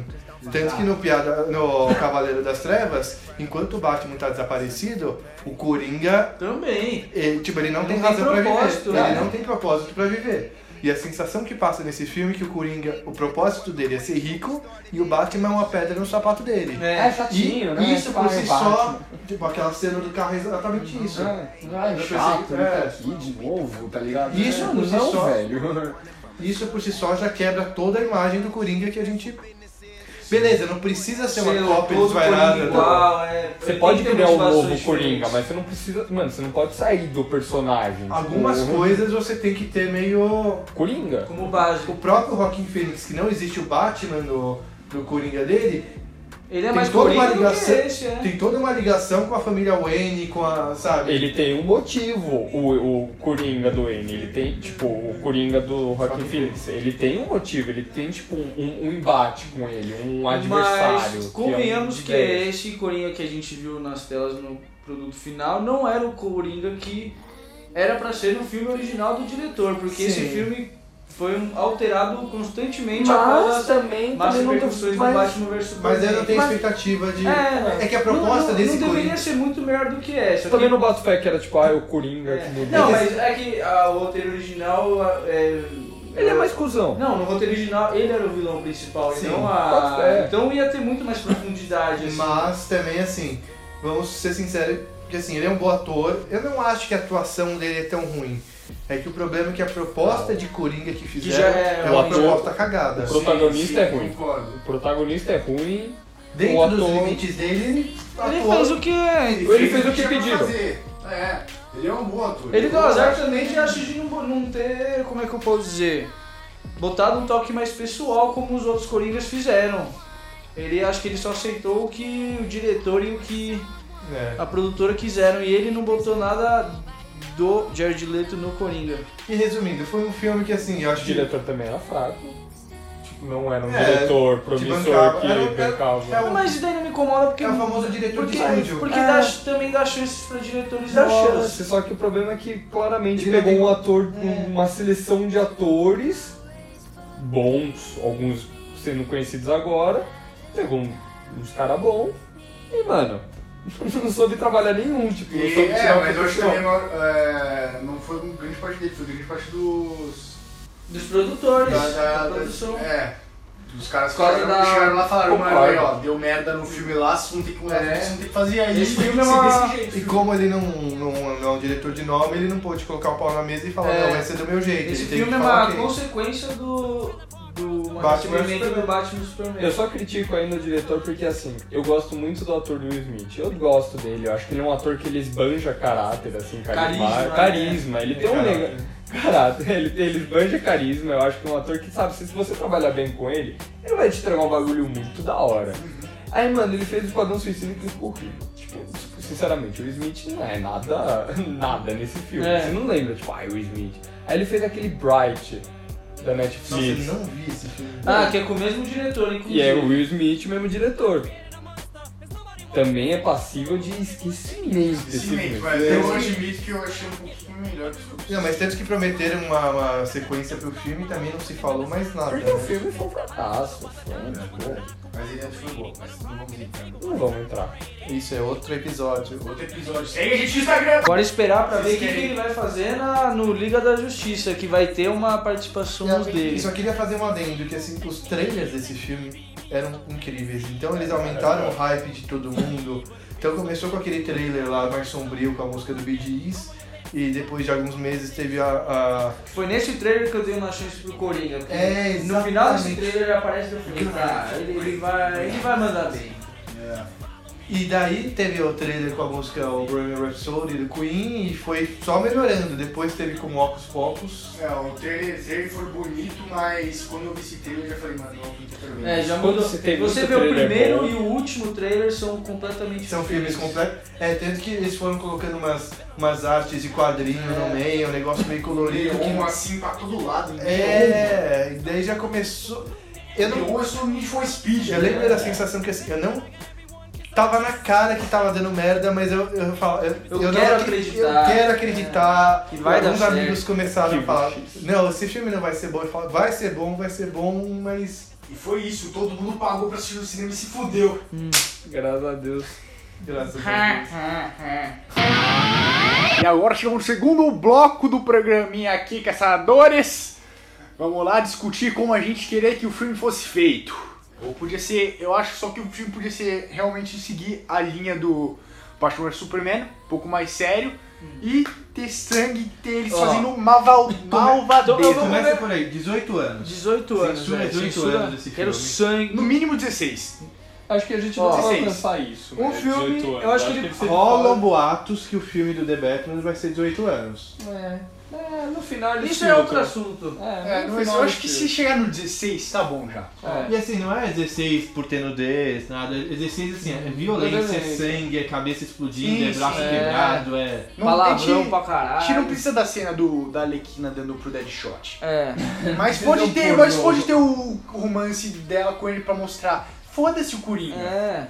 Tanto que no, piada, no Cavaleiro das Trevas, enquanto o Batman tá desaparecido, o Coringa,
Também.
ele, tipo, ele não
Ele
tem
não tem
razão pra
propósito,
viver.
né?
Ele não tem propósito pra viver. E a sensação que passa nesse filme é que o Coringa, o propósito dele é ser rico e o Batman é uma pedra no sapato dele.
É
E
chatinho, né?
isso por
Pai,
si só, tipo, aquela cena do carro é
Uhum.
exatamente isso.
Batman. Ah, é
Eu
chato,
pensei-
ele tá
é.
aqui de novo, tá ligado?
Isso
é,
por si
não,
só. [laughs]
velho.
Isso por si só já quebra toda a imagem do Coringa que a gente. Beleza, não precisa ser
é
uma cópia desvairada. tá? do-
é,
Você pode criar um novo Coringa, mas você não precisa... Mano, você não pode sair do personagem.
Algumas
tipo,
coisas você tem que ter meio.
Coringa?
Como base.
O próprio Rockin' Phoenix, que não existe o Batman no, no Coringa dele,
Ele é
tem
mais
toda uma
coringa do que
ligação-
esse, é.
tem toda uma ligação com a família Wayne, com a. sabe?
Ele tem um motivo, o, o Coringa do N. Ele tem, tipo, o Coringa do Rock Phoenix. Ele tem um motivo, ele tem, tipo, um, um embate com ele, um adversário. que é
Mas
um
convenhamos que,
diverso.
esse Coringa que a gente viu nas telas no produto final não era o Coringa que era pra ser no filme original do diretor, porque esse filme foi um- alterado constantemente após
Mas
as
também,
más
também não
repercussões do
mas-
Batman vs
Mas eu
Superman.
não tenho
Mas-
expectativa de.
É,
que a proposta
não, não,
desse
não deveria
Coringa-
ser muito melhor do que essa.
é
Eu também não boto fé que era tipo, ah, é o Coringa que mudou.
Não, mas é que ah, o roteiro original ah, é.
Ele é mais cuzão.
Não, no roteiro original ele era o vilão principal,
Sim.
então a.
É.
Então ia ter muito mais profundidade, assim.
Mas também assim, vamos ser sinceros, que assim, ele é um bom ator. Eu não acho que a atuação dele é tão ruim. É que o problema é que a proposta de Coringa que fizeram
já é
é, uma
ruim.
proposta cagada.
O protagonista é ruim.
Concordo.
O protagonista é ruim.
Dentro
o
dos
ator-
limites dele, ele
Ele
atuou.
fez o Tá que é.
Ele fez o que
tinha pra
pediram.
fazer. É, ele é um bom ator.
Ele deu azar também de acho de é não, não ter, como é que eu posso dizer, botado um toque mais pessoal como os outros Coringas fizeram. Ele acho que ele só aceitou o que o diretor e o que
É.
a produtora quiseram e ele não botou nada do Jared Leto no Coringa.
E resumindo, foi um filme que assim, eu acho
O
que.
diretor também era fraco. Tipo, não era um
É,
diretor
que
promissor
bancava.
que
Era um- era-
bancava.
é um-
Mas isso daí não me incomoda porque
É o famoso diretor
porque,
de estúdio.
porque
É.
dá- também dá chances para diretores
Dá
dar chance.
chance, só que o problema é que claramente
Ele não
pegou
tem-
um ator, uma seleção de atores bons, alguns sendo conhecidos agora, pegou um- uns caras bons e, mano, [laughs] não soube trabalhar nenhum, tipo, não
E,
soube
é,
tirar
mas eu acho que
profissão.
também é, não foi uma grande parte dele, foi uma grande parte dos.
Dos produtores,
da, da-
da
da-
produção.
é. Dos caras que
Por causa
chegaram,
da-
chegaram lá e falaram, mano, aí, ó,
Concordo.
deu merda no filme lá, vocês vão ter que,
É.
vocês vão ter que fazer aí.
Esse filme é
tem que ser
uma-
desse jeito.
E como ele não, não, não é um diretor de nome, ele não pôde colocar o pau na mesa e falar,
É.
não, vai ser do meu jeito.
Esse
ele teve
filme é
que falar
uma
ok.
consequência do, do
Batman
nascimento
Superman.
do Batman e Superman.
Eu só critico ainda o diretor porque, assim, eu gosto muito do ator do Will Smith. Eu gosto dele, eu acho que ele é um ator que ele esbanja caráter, assim, carisma.
Carisma,
Carisma, ele tem um
né? Caráter.
negócio. Caráter, [laughs] ele, ele esbanja carisma. Eu acho que é um ator que, sabe, se se você trabalhar bem com ele, ele vai te entregar um bagulho muito da hora.
Uhum.
Aí, mano, ele fez o Esquadrão Suicida que ficou horrível. Tipo, sinceramente, o Will Smith não é nada, [laughs] nada nesse filme.
É.
Você não lembra, tipo, ai, Will Smith. Aí ele fez aquele Bright da Netflix.
Nossa, eu não vi esse filme.
é
Ah, que é com o mesmo diretor, inclusive.
E é o Will Smith, mesmo diretor. também é passível de esquecimento. esse
Sim,
filme.
vai. Tem um admito que eu achei um pouquinho melhor que os
Não, mas tanto que prometeram uma, uma sequência pro filme e também não se falou mais nada.
Porque o
né?
filme foi um fracasso, foi um bom.
Mas ele é filme bom, mas não vamos entrar.
Não vamos entrar.
Isso é outro episódio.
Outro episódio. Segue a gente no Instagram!
Agora esperar pra ver o que,
Vocês
que
querem?
ele vai fazer na, no Liga da Justiça, que vai ter uma participação
Eu
dele.
Só queria fazer um adendo que assim, os trailers desse filme eram incríveis. Então eles aumentaram o hype de todo mundo. Então começou com aquele trailer lá mais sombrio com a música do Bee Gees. E depois de alguns meses teve a.
Foi nesse trailer que eu dei uma chance pro Coringa. porque
É,
no final desse
exatamente.
trailer aparece no filme. Tá, ele, ele vai, ele vai mandar bem.
a- E daí teve o trailer com a música o Bohemian Rhapsody do Queen e foi só melhorando. Depois teve com o Ocus Pocus.
É, o trailer trailer foi bonito, mas quando eu vi esse trailer eu já falei, mano, não, não tem problema.
É, já
Quando
mudou.
se tem
Você
muito
vê o
trailer
primeiro
bom.
e o último trailer são completamente
São filmes
diferentes. [laughs]
completos. É, tanto que eles foram colocando umas, umas artes de quadrinho
É.
no meio, um negócio meio colorido. que-
Leon assim pra todo lado. né?
É, e daí já começou. Eu não.
Leon é só Need for Speed. né?
Eu lembro da sensação que assim, eu não. Tava na cara que tava dando merda, mas eu, eu falo. Eu,
Eu
não
quero
acre-
acreditar.
Eu quero acreditar.
Que vai dar
Alguns
certo.
amigos começaram a falar: Não, esse filme não vai ser bom. Eu falo, vai ser bom, vai ser bom, mas.
E foi isso, todo mundo pagou pra assistir no cinema e se fudeu.
Graças a [laughs] Deus.
Graças a Deus.
E agora chegamos no segundo bloco do programinha aqui, caçadores. Vamos lá discutir como a gente queria que o filme fosse feito. Ou podia ser, eu acho só que o filme podia ser realmente seguir a linha do Batman vs Superman, um pouco mais sério, e ter sangue, ter eles
Ó.
fazendo malval, malvadeza.
Começa por aí, 18 anos.
18 anos,
Censura
velho,
18
censura.
anos esse
Quero
filme.
sangue.
No mínimo 16.
Acho que a gente
Ó,
não vai
vocês,
alcançar isso.
um
velho,
filme,
18 anos.
eu acho que ele
você
Rolam um boatos que o filme do The Batman vai ser 18 anos.
É, é, no final
Isso é outro assunto.
É,
É,
no
mas
final
eu
desse
acho que se
filme.
chegar no 16, tá bom já.
É.
E assim, não é 16 por ter nudez, nada. 16 assim, é violência, é
Violência.
sangue, é cabeça explodindo, é
Isso,
braço
é.
quebrado, é.
Não, um
Palavrão
a gente-
pra caralho.
A gente não precisa da cena do, da Alequina dando pro
[laughs]
Deadshot.
É.
Mas pode
Entendeu,
ter,
pornô?
mas pode ter o romance dela com ele pra mostrar. Foda-se o Coringa.
É.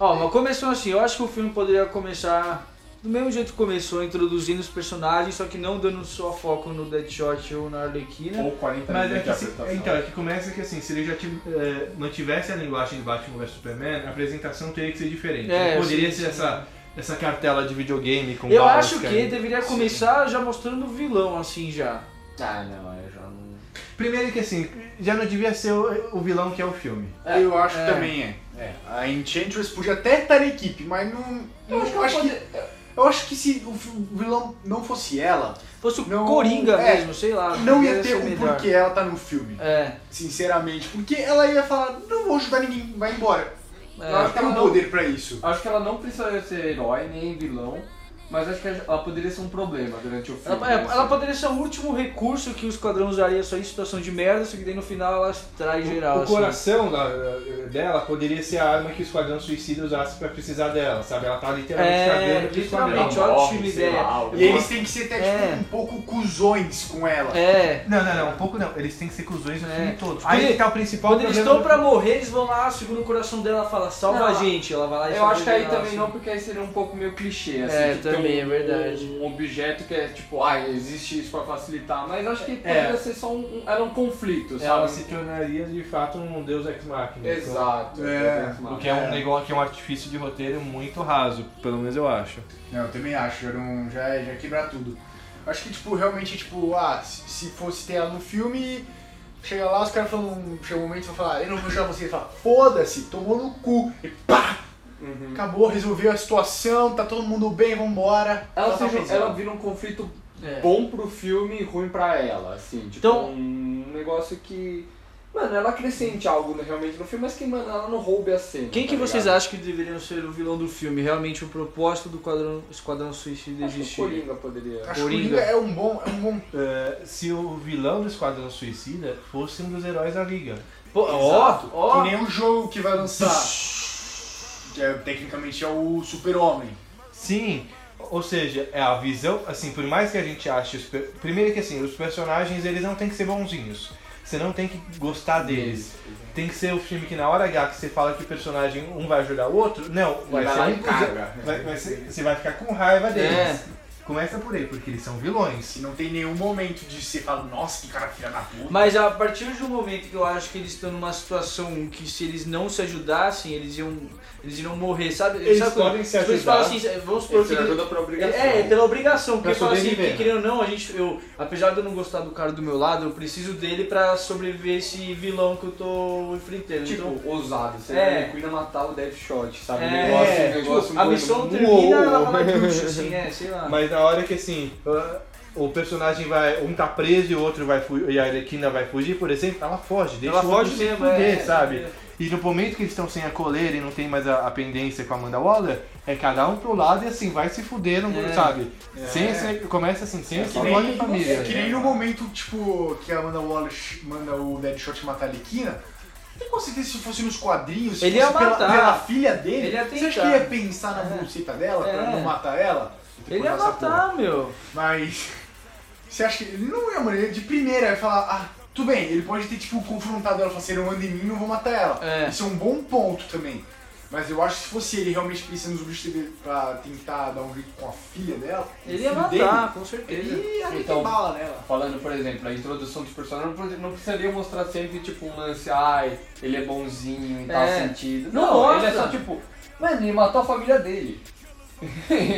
Ó, mas começou assim, eu acho que o filme poderia começar do mesmo jeito que começou, introduzindo os personagens, só que não dando só foco no Deadshot ou na Arlequina.
40
Mas é que se, então, é que começa que assim, se ele já tive- eh, mantivesse a linguagem de Batman vs Superman, a apresentação teria que ser diferente.
É,
não poderia
sim,
ser
sim.
Essa, essa cartela de videogame com
Eu
balas
acho que
caindo.
deveria começar já mostrando o vilão, assim, já.
Ah, não, eu já não.
Primeiro que assim, já não devia ser o, o vilão que é o filme.
Eu acho
É.
também é. A Enchantress podia até estar na equipe, mas não. Eu acho, que, eu acho que se o fi- o vilão não fosse ela,
Fosse o
Não,
Coringa
é,
mesmo, sei lá.
não ia
poderia
ter
Ah, ser
o
melhor.
porquê ela tá no filme.
É,
Sinceramente. Porque ela ia falar, não vou ajudar ninguém, vai embora.
é.
ela tem um
não.
poder pra isso.
Acho que ela não precisaria ser herói nem vilão, mas acho que ela poderia ser um problema durante o filme.
Ela, é,
né,
ela
assim.
poderia ser o último recurso que o esquadrão usaria só em situação de merda, só que daí no final ela traz geral.
o
assim.
coração da- dela poderia ser a arma que o Esquadrão Suicida usasse pra precisar dela, sabe? Ela tá literalmente
É,
cagando pro Esquadrão.
literalmente, olha o
Morre,
time
sei
ideia.
lá, o-
E eles têm que ser até
É.
tipo, um pouco cuzões com ela.
É.
Não, não, não, um pouco não. Eles têm que ser cuzões no
É.
filme todo.
Quando
Aí
ele-
que tá o principal
Quando eles
problema
estão
do-
pra morrer, eles vão lá, seguram o coração dela e fala, salva
Não,
a gente. Ela vai lá e
Eu
salva
acho que aí
geral,
também
assim.
não, porque aí seria um pouco meio clichê, assim.
É,
de ter
também,
um,
é verdade.
Um objeto que é tipo, ah, existe isso pra facilitar, mas acho que
É.
poderia ser só um. um- Era um
É,
conflito,
Ela
sabe?
assim,
se tornaria de fato um deus ex-machina.
Exato.
É.
O que é um negócio que é um artifício de roteiro muito raso, pelo menos eu acho.
Não, eu também acho, já, não, já, é- já quebrar tudo. Acho que, tipo, realmente, tipo, ah, se se fosse ter ela no filme, chega lá, os caras falam, chega um momento e vão falar, eu não vou ajudar você, ele fala, foda-se, tomou no cu, e pá! Acabou, resolveu a situação, tá todo mundo bem, vambora.
Ela,
tá
seja-
feliz.
ela vira um conflito
É.
bom pro filme e ruim pra ela, assim. Tipo,
Então-
um negócio que. Mano, ela acrescente algo no- realmente no filme, mas que, mano, ela não roube a cena.
Quem
tá
que vocês
ligado?
acham que deveriam ser o vilão do filme? Realmente o propósito do quadrão, Esquadrão Suicida
Acho que o
existir?
Coringa poderia.
Acho que o
Coringa.
Coringa é um bom, é um bom
Eh, se o vilão do Esquadrão Suicida fosse um dos heróis da Liga.
Pô, Ó, ó.
Que nem um jogo que vai lançar. Que é, tecnicamente é o Super-Homem.
Sim, ou seja, é a visão, assim, por mais que a gente ache os per- primeiro que assim, os personagens eles não têm que ser bonzinhos.
Você não tem que gostar deles. Tem que ser o filme que na hora H que você fala que o personagem um vai ajudar o outro, não, vai
Vai
ser
lá
um
e caga.
vai- vai ser- você vai ficar com raiva deles.
É.
Começa por aí, porque eles são vilões.
Se não tem nenhum momento de você falar, nossa, que cara filha da puta.
Mas a partir do momento que eu acho que eles estão numa situação que se eles não se ajudassem, eles iam, eles iriam morrer, sabe?
Eles
sabe
podem
quando-
se
Eles
ajudar.
falam assim, vamos supor
Eles
que...
se
ele-
ajudam por obrigação.
É, é pela obrigação,
Pra
porque fala assim,
sobreviver.
que, querendo ou não, a gente, eu, apesar de eu não gostar do cara do meu lado, eu preciso dele pra sobreviver esse vilão que eu tô enfrentando.
Tipo,
então,
ousado. Você
É.
é. cuida matar o Dead Shot, sabe? Um
É,
negócio,
tipo,
negócio
a
muito-
missão
Uou.
termina, ela fala [laughs] "Puxa", assim, é, sei lá.
Mas na hora que assim, ah, o personagem vai. Um tá preso e o outro vai fugir. E a Arequina vai fugir, por exemplo, ela foge, deixa
Ela
o outro
foge
se
mesmo,
fuder,
é.
sabe? E no momento que eles estão sem a coleira e não tem mais a, a pendência com a Amanda Waller, é cada um pro lado e assim, vai se fuder, não,
É.
sabe? Sem esse, começa assim, sem esse
Que
negócio
nem,
de família.
é
né?
que nem no momento, tipo, que a Amanda Waller manda o Deadshot matar a Lequina. Eu com certeza se fosse nos quadrinhos, se
Ele ia
fosse pela-
matar.
Pela, filha dele,
Ele ia
você acha que
tentar.
ele ia pensar na buceta dela pra
É.
não matar ela?
Ele ia
Essa porra.
matar, meu.
Mas. Você acha que. Ele não ia, mano. Ele é de primeira ia falar, ah, tudo bem, ele pode ter, tipo, confrontado ela, falar, você não anda em mim, não vou matar ela.
É.
Isso é um bom ponto também. Mas eu acho que se fosse ele realmente pensando nos bichos pra tentar dar um jeito com a filha dela,
Ele ia
filho
matar,
dele,
com certeza.
ele ia meter
Então-
bala nela.
Falando, por exemplo, a introdução dos personagens, não pre- não precisaria mostrar sempre, tipo, um lance, ai, ele é bonzinho em tal
É.
sentido.
Não
Não, ele é
mostra.
só, tipo, mano, ele matou a família dele. [laughs]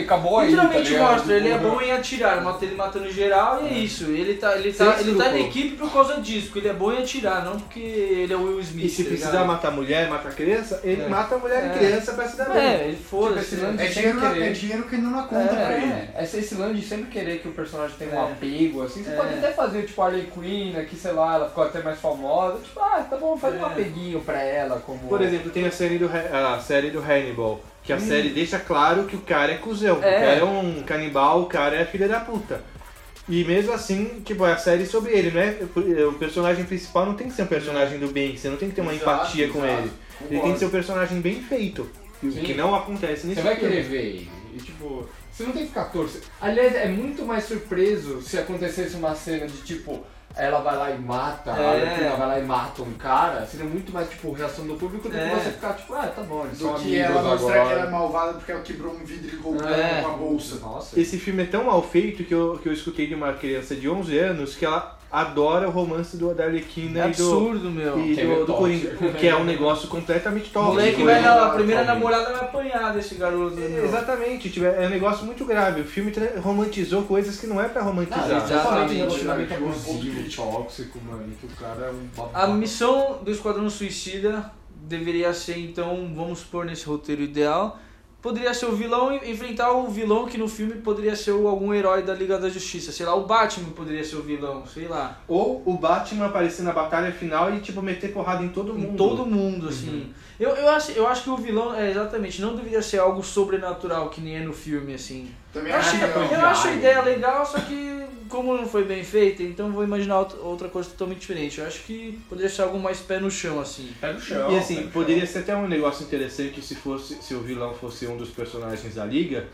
Acabou aí,
Literalmente
tá ligado?
mostra, ele é bom em atirar, mata ele matando geral e é isso. Ele tá, ele tá,
Sem
ele tá na
escrúpulo.
equipe por causa disso, porque ele é bom em atirar, não porque ele é o Will Smith.
E se
tá
precisar
ligado?
matar mulher, matar criança, ele
É.
mata a mulher
É.
e criança pra se dar bem.
É, ele foda-se.
Tipo, esse
né?
lance-
É
Sem
dinheiro, na,
querer.
é dinheiro que não na conta pra ele.
É, é esse lance de sempre querer que o personagem tenha um
É.
apego, assim. Você
É.
pode até fazer, tipo, a Harley Quinn, que, sei lá, ela ficou até mais famosa. Tipo, ah, tá bom, faz
É.
um apeguinho pra ela, como...
Por exemplo, tem a série do, Ha- a série do Hannibal, que a série deixa claro que o cara é cuzão,
Hum. É.
o cara é um canibal, o cara é filha da puta. E mesmo assim, tipo, é a série sobre ele, né? O personagem principal não tem que ser um personagem do bem, você não tem que ter uma
Exato,
empatia com
exato.
ele. Ele
Concordo.
tem que ser um personagem bem feito, o
Sim.
que não acontece nesse
Você vai
filme.
querer ver ele. E tipo, você não tem que ficar torcendo. Aliás, é muito mais surpreso se acontecesse uma cena de tipo, ela vai lá e mata,
É.
a Arlequina vai lá e mata um cara. Seria muito mais tipo reação do público do
É.
que você ficar tipo, ah, tá bom, eles
Do
são
que
amigos
ela mostrar
agora.
que ela é malvada porque ela quebrou um vidro e roubou
É.
uma bolsa.
Nossa.
Esse filme é tão mal feito que eu, que eu escutei de uma criança de 11 anos que ela adora o romance do da
É
Arlequina e do,
absurdo, meu.
e
Que é
do, do
tóxico.
Coringa, que é um negócio completamente
O
tóxico.
moleque
né?
vai na a primeira
Talvez.
namorada vai apanhar desse garoto, meu.
Exatamente, tipo, é um negócio muito grave. O filme tra- romantizou coisas que não é pra
Não,
romantizar.
exato.
exatamente, Tipo,
Exatamente,
relacionamento
né?
abusivo, tóxico, mano, que o cara é um
A
babado.
missão do Esquadrão Suicida deveria ser, então, vamos supor nesse roteiro ideal, poderia ser o vilão e- enfrentar o vilão que no filme poderia ser o- algum herói da Liga da Justiça. Sei lá, o Batman poderia ser o vilão, sei lá.
Ou o Batman aparecer na batalha final e, tipo, meter porrada em todo mundo. Uhum.
Em todo mundo, assim. Eu, eu, acho, eu acho que o vilão, é, exatamente, não deveria ser algo sobrenatural que nem é no filme, assim.
Também
Eu, achei-
que é não.
eu acho a ideia legal, só que como não foi bem feita, então vou imaginar out- outra coisa totalmente diferente. Eu acho que poderia ser algo mais pé no chão, assim.
Pega o chão.
E assim, poderia ser até um negócio interessante se fosse se o vilão fosse um dos personagens da liga,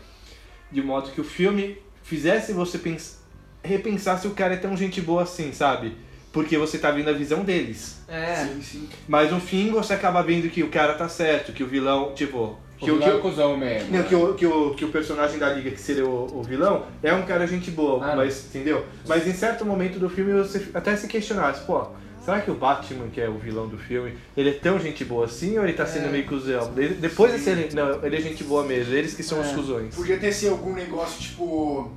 de modo que o filme fizesse você pens- repensar se o cara é tão gente boa assim, sabe? Porque você tá vendo a visão deles.
É.
Sim, sim.
Mas no fim você acaba vendo que o cara tá certo, que o vilão, tipo,
O
que o-
vilão é
que o-
um cuzão mesmo.
Não, que, o, que, o, que o personagem da liga, que seria o, o vilão, é um cara gente boa,
Ah,
mas entendeu? Mas em certo momento do filme você até se questionasse, pô, será que o Batman, que é o vilão do filme, ele é tão gente boa assim ou ele tá sendo meio cuzão? Ele- depois de ser. Não, ele é gente boa mesmo, eles que são os cuzões.
Podia ter sido algum negócio tipo.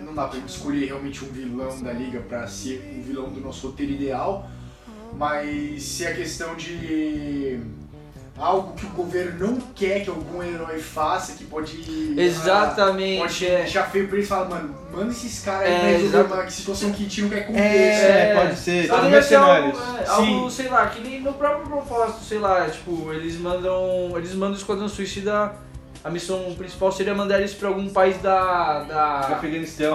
Não dá pra escolher realmente um vilão da liga pra ser o vilão do nosso roteiro ideal, mas se a questão de. Algo que o governo não quer que algum herói faça, que pode. ah,
Exatamente,
Pode
é.
deixar feio pra eles e falar, mano, manda esses caras
É,
aí pra resolver
exato.
uma situação que a gente não quer cumprir.
É,
É.
pode ser, tipo,
Poderia ser
mercenários.
algo, é, algo, sei lá, que nem no próprio propósito, sei lá, tipo, eles mandam. Eles mandam o Esquadrão Suicida. A missão principal seria mandar eles pra algum país da.
Tipo,
da
Afeganistão, Afeganistão.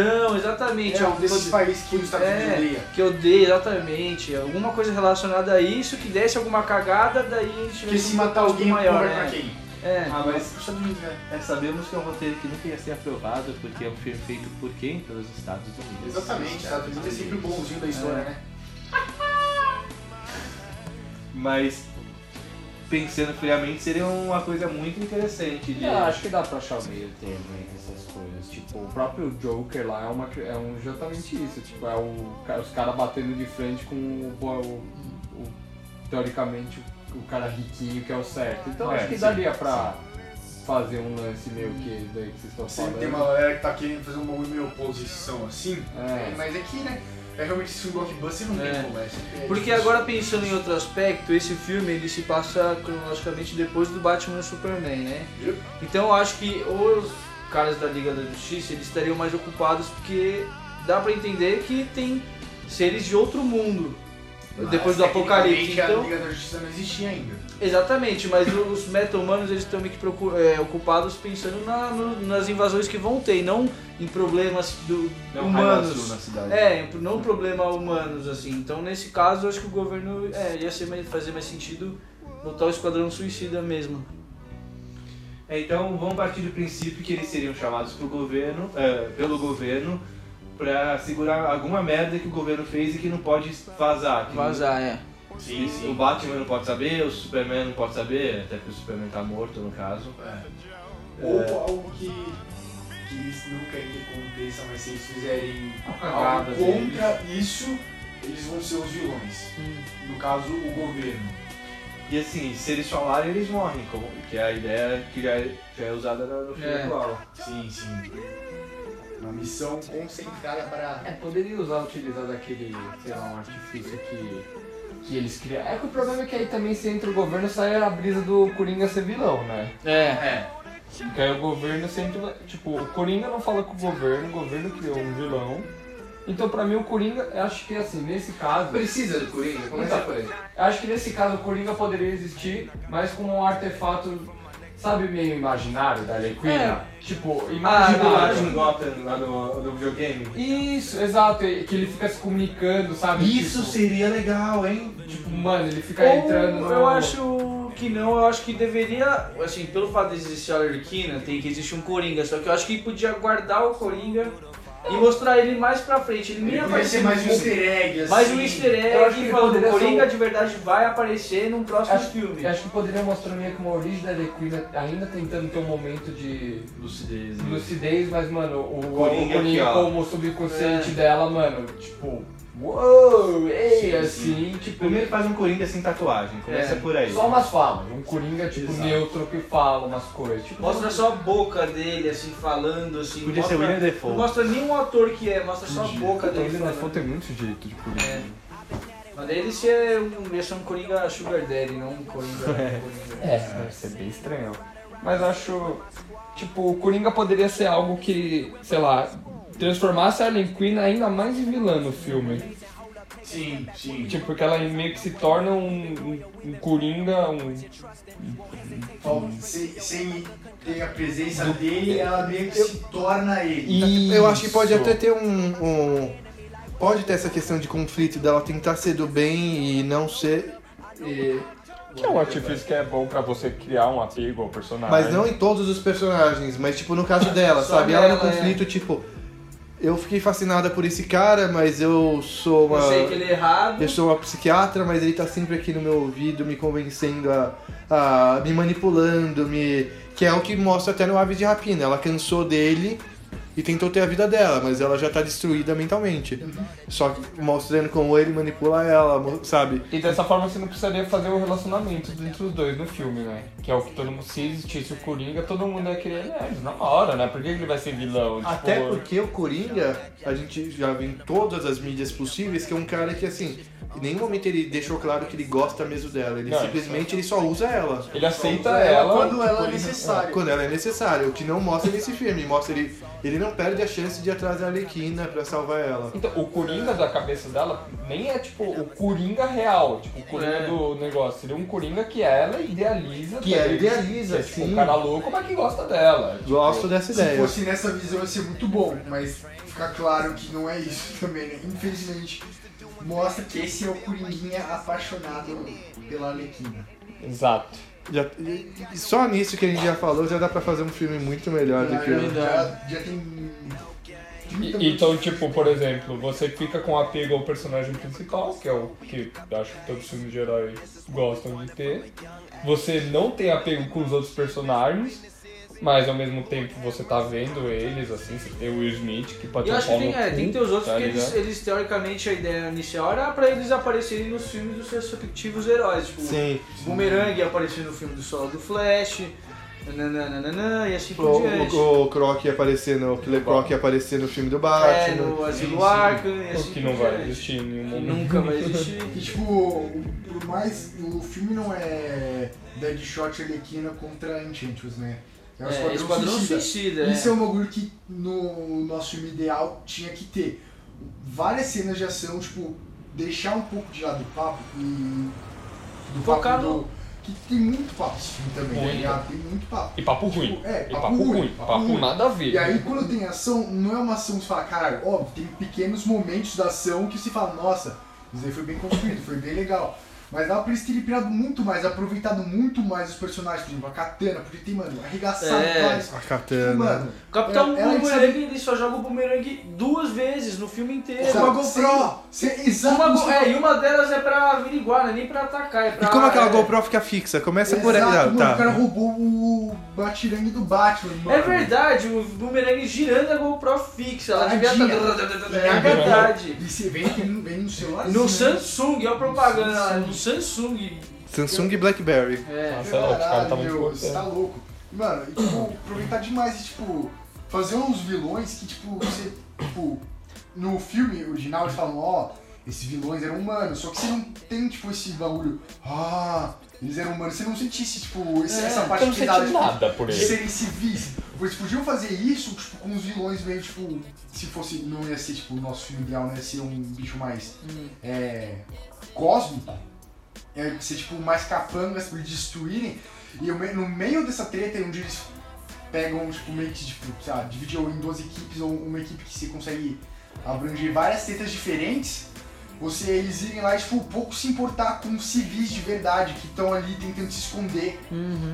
Afeganistão, exatamente.
Então, É um desses países que os Estados Unidos
É,
odeia.
que eu dei, exatamente. Alguma coisa relacionada a isso, que desse alguma cagada, daí a gente um
Porque se matar alguém, maior, vai pra quem?
É.
Ah, mas
Os Estados Unidos, né?
é, sabemos que é um roteiro que nunca ia ser aprovado porque é um filme feito por quem? Pelos Estados Unidos.
é Exatamente, Estados Unidos é sempre o bonzinho da história, né?
Mas pensando friamente seria uma coisa muito interessante de.
É, Eu acho que dá pra achar o meio termo entre essas coisas. Tipo, o próprio Joker lá é, uma, cri- é um, exatamente isso. Tipo, é o, ca- os caras batendo de frente com o, bo- o- o- teoricamente, o, o cara riquinho que é o certo. Então
É,
acho que
sim,
daria pra fazer um lance meio que daí que vocês estão
Sempre
falando.
tem uma galera que tá querendo fazer um bagulho meio oposição assim.
É.
Mas aqui, né? É realmente esse filme blockbuster não
É.
tem como, é. sempre-
Porque agora pensando em outro aspecto, esse filme ele se passa cronologicamente depois do Batman e Superman, né?
Yep.
Então eu acho que os caras da Liga da Justiça eles estariam mais ocupados porque dá pra entender que tem seres de outro mundo
Mas,
depois do apocalipse.
tecnicamente,
Então,
é A Liga da Justiça não existia ainda.
Exatamente, mas o- os meta-humanos eles estão meio que procu- é, ocupados pensando na- no- nas invasões que vão ter, e não em problemas do,
Não, um Raio Azul
humanos.
né?
na cidade.
É, não problema humanos, assim. Então, nesse caso, eu acho que o governo é, ia ser mais- fazer mais sentido botar o Esquadrão Suicida mesmo.
É, Então vamos partir do princípio que eles seriam chamados pro governo, é, pelo governo pra segurar alguma merda que o governo fez e que não pode vazar. que
Vazar, é.
não- O Batman não pode saber, o Superman não pode saber, até porque o Superman tá morto no caso.
É.
Ou algo que, que eles não querem que aconteça, mas se eles fizerem algo
Cagadas,
contra isso, eles vão ser os vilões.
Hum.
No caso, o governo.
E assim, se eles falarem, eles morrem, como- que é a ideia que já é, já é usada no no filme
É.
atual.
Sim, sim. Uma missão concentrada para.
É, poderia usar, utilizar daquele, sei lá, um artifício que, que eles criam. É que o problema é que aí também se entra o governo sai a brisa do Coringa ser vilão, né?
É.
Porque aí o governo sempre. vai- Tipo, o Coringa não fala com o governo, o governo criou um vilão. Então pra mim o Coringa, eu acho que assim, nesse caso.
Precisa do Coringa? Começa
Então,
por aí.
eu acho que nesse caso o Coringa poderia existir, mas como um artefato, sabe, meio imaginário da Lei Queen?
É.
Tipo,
Ah, do
imaginário.
Batman Gotham lá no, no videogame.
Isso, exato, e que ele fica se comunicando, sabe? tipo,
seria legal, hein?
Tipo, mano, ele fica
Ou,
entrando no...
eu acho que não, eu acho que deveria, assim, pelo fato de existir a Arlequina, tem que existir um Coringa, só que eu acho que podia guardar o Coringa e mostrar ele mais pra frente. Ele nem
Vai ser
aparecer
mais um easter egg, assim.
Mais um easter
Eu acho que
egg
ele
falando,
poderia
o
ser
Coringa
um-
de verdade vai aparecer num próximo
Acho,
filme.
eu acho que poderia mostrar meio que uma origem da The Queen ainda tentando ter um momento de
Lucidez. né?
lucidez, mas, mano, o o
Coringa
Coringa,
aqui, ó.
como subconsciente dela, mano, tipo, uou, ei,
Sim,
assim, tipo,
Primeiro faz um Coringa sem tatuagem, começa
É,
por aí.
só umas falas, um Coringa, tipo,
Exato.
neutro que fala umas coisas, tipo,
Mostra só a boca dele, assim, falando, assim.
Podia
mostra,
ser William Defoe.
Não mostra nenhum ator que é, mostra só a
Então,
boca dele
na foto
falando.
tem muito jeito de Coringa. né?
É. Mas daí ele ser um, ia ser um Coringa Sugar Daddy, não um
[laughs]
Coringa... Coringa.
É, deve ser bem estranho. Mas acho. Tipo, o Coringa poderia ser algo que, sei lá, transformasse a Harley Quinn ainda mais em vilã no filme.
Sim, sim.
Tipo, porque ela meio que se torna um, um- um Coringa, um.
Ó, Sem, sem ter a presença dele, ela meio que se torna ele.
Eu acho que pode
Isso.
até ter um, um- Pode ter essa questão de conflito dela tentar ser do bem e não ser. e-
Que é um artifício que é bom pra você criar um apego ao personagem.
Mas não em todos os personagens, mas tipo no caso dela,
Só
sabe? Ela no
nela, é.
conflito, tipo. Eu fiquei fascinada por esse cara, mas eu sou uma.
Eu sei que ele é errado.
Eu sou uma psiquiatra, mas ele tá sempre aqui no meu ouvido, me convencendo a. a- me manipulando, me. Que é o que mostra até no Aves de Rapina. Ela cansou dele e tentou ter a vida dela, mas ela já tá destruída mentalmente. Só que mostrando como ele manipula ela, mo- sabe?
E dessa forma você não precisaria fazer um relacionamento entre os dois no filme, né? Que é o que todo mundo. Se existisse o Coringa, todo mundo ia querer. É, na hora, né? Por que que ele vai ser vilão?
Até
Tipo,
porque o Coringa, a gente já viu em todas as mídias possíveis, que é um cara que assim, em nenhum momento ele deixou claro que ele gosta mesmo dela. Ele
Não,
simplesmente ele só usa ela.
Ele aceita ela. tipo,
quando ela é
ele-
necessária.
Quando ela é necessária, o que não mostra nesse filme. Mostra ele. Ele não perde a chance de ir atrás da Arlequina pra salvar ela.
Então, o Coringa da cabeça dela nem é tipo o Coringa real, tipo o Coringa
É.
do negócio. Seria um Coringa que ela idealiza.
Que
também.
ela idealiza,
Que é, tipo,
sim.
um cara louco, mas que gosta dela. Tipo,
Gosto dessa
Se
ideia.
fosse nessa visão ia ser muito bom, mas fica claro que não é isso [laughs] também, né? Infelizmente, mostra que esse é o Coringuinha apaixonado pela Arlequina.
Exato.
Já- e- e só nisso que a gente já falou, já dá pra fazer um filme muito melhor
É
do que o.
Já, já tem. um-
E- Então, tipo, por exemplo, você fica com apego ao personagem principal, que é o que eu acho que todos os filmes de herói gostam de ter. Você não tem apego com os outros personagens, mas ao mesmo tempo você tá vendo eles, assim, você tem o Will Smith, que pode
E eu
ter um
acho que
pau
tem,
no
é,
cu,
tem que ter os outros,
tá
porque eles,
ligado?
eles, teoricamente, a ideia inicial era pra eles aparecerem nos filmes dos seus respectivos heróis. Tipo,
Sim.
Boomerang ia aparecer no filme do solo do Flash, nananana, e assim
O,
por diante.
o, o Croc ia aparecer no. O Killer Croc ia aparecer no filme do
É,
Batman.
no Asilo Arkham, e assim
O que
por
não vai
diante.
existir em nenhum
Que
momento.
Nunca vai existir.
E tipo, o- por mais. O filme não é Deadshot Arlequina contra Enchantress, né? [laughs] É o
É,
Esquadrão
Esquadrão
Suicida.
Suicida.
Isso
é.
é um bagulho que no nosso filme ideal tinha que ter. Várias cenas de ação, tipo, deixar um pouco de lado do papo e. Do
Focar
papo
no-
do. Que tem muito papo esse filme também, tá
Muito.
ligado? Tem muito papo.
E papo ruim.
Tipo, é,
e papo ruim. Papo nada a ver.
E aí quando tem ação, não é uma ação que você fala, caralho, óbvio, tem pequenos momentos da ação que se fala, nossa, isso aí foi bem construído, foi bem legal. Mas dá pra eles terem pirado muito mais, aproveitado muito mais os personagens, por exemplo, a Katana, porque tem, mano, arregaçado
É.
vários.
A Katana.
Mano,
O Capitão
É, ela
Boomerang,
sabe- é
ele só joga o Boomerang duas vezes no filme inteiro.
sabe, sem- sem- exato,
Uma go-
sem-
é, e uma delas é pra averiguar, não é nem pra atacar, é pra...
E como aquela
é,
GoPro fica fixa? Começa por
Exato,
ela.
mano, O cara
Tá.
roubou o batirangue do Batman, mano.
É verdade, o Boomerang girando a GoPro fixa, ela devia
Tadinha.
estar... É verdade.
E você vê que ele não vem no celular. assim, né?
No
Santos
Samsung, olha a propaganda lá, no Samsung.
Samsung e Blackberry.
É,
Nossa, louco, os caras tá muito
Caralho, você
cortando.
tá louco. Mano, e tipo, aproveitar demais e, tipo, fazer uns vilões que, tipo, você, tipo, no filme original eles falam, ó, esses vilões eram humanos, só que você não tem, tipo, esse bagulho, ah, eles eram humanos, você não sentisse, tipo, esse-
É,
essa parte
Eu não
que dá,
senti
tipo,
nada por
de
ele.
serem civis. Eles podiam fazer isso, tipo, com os vilões meio, tipo, se fosse, não ia ser, tipo, o nosso filme ideal, não ia ser um bicho mais, é, cósmico. Ia ser, tipo, mais capangas pra eles destruírem. E eu me- no meio dessa treta, onde eles pegam, tipo, meio que, tipo, sei lá, dividir em duas equipes ou uma equipe que se consegue abranger várias tretas diferentes, você, eles irem lá e, tipo, pouco se importar com civis de verdade que estão ali tentando se esconder.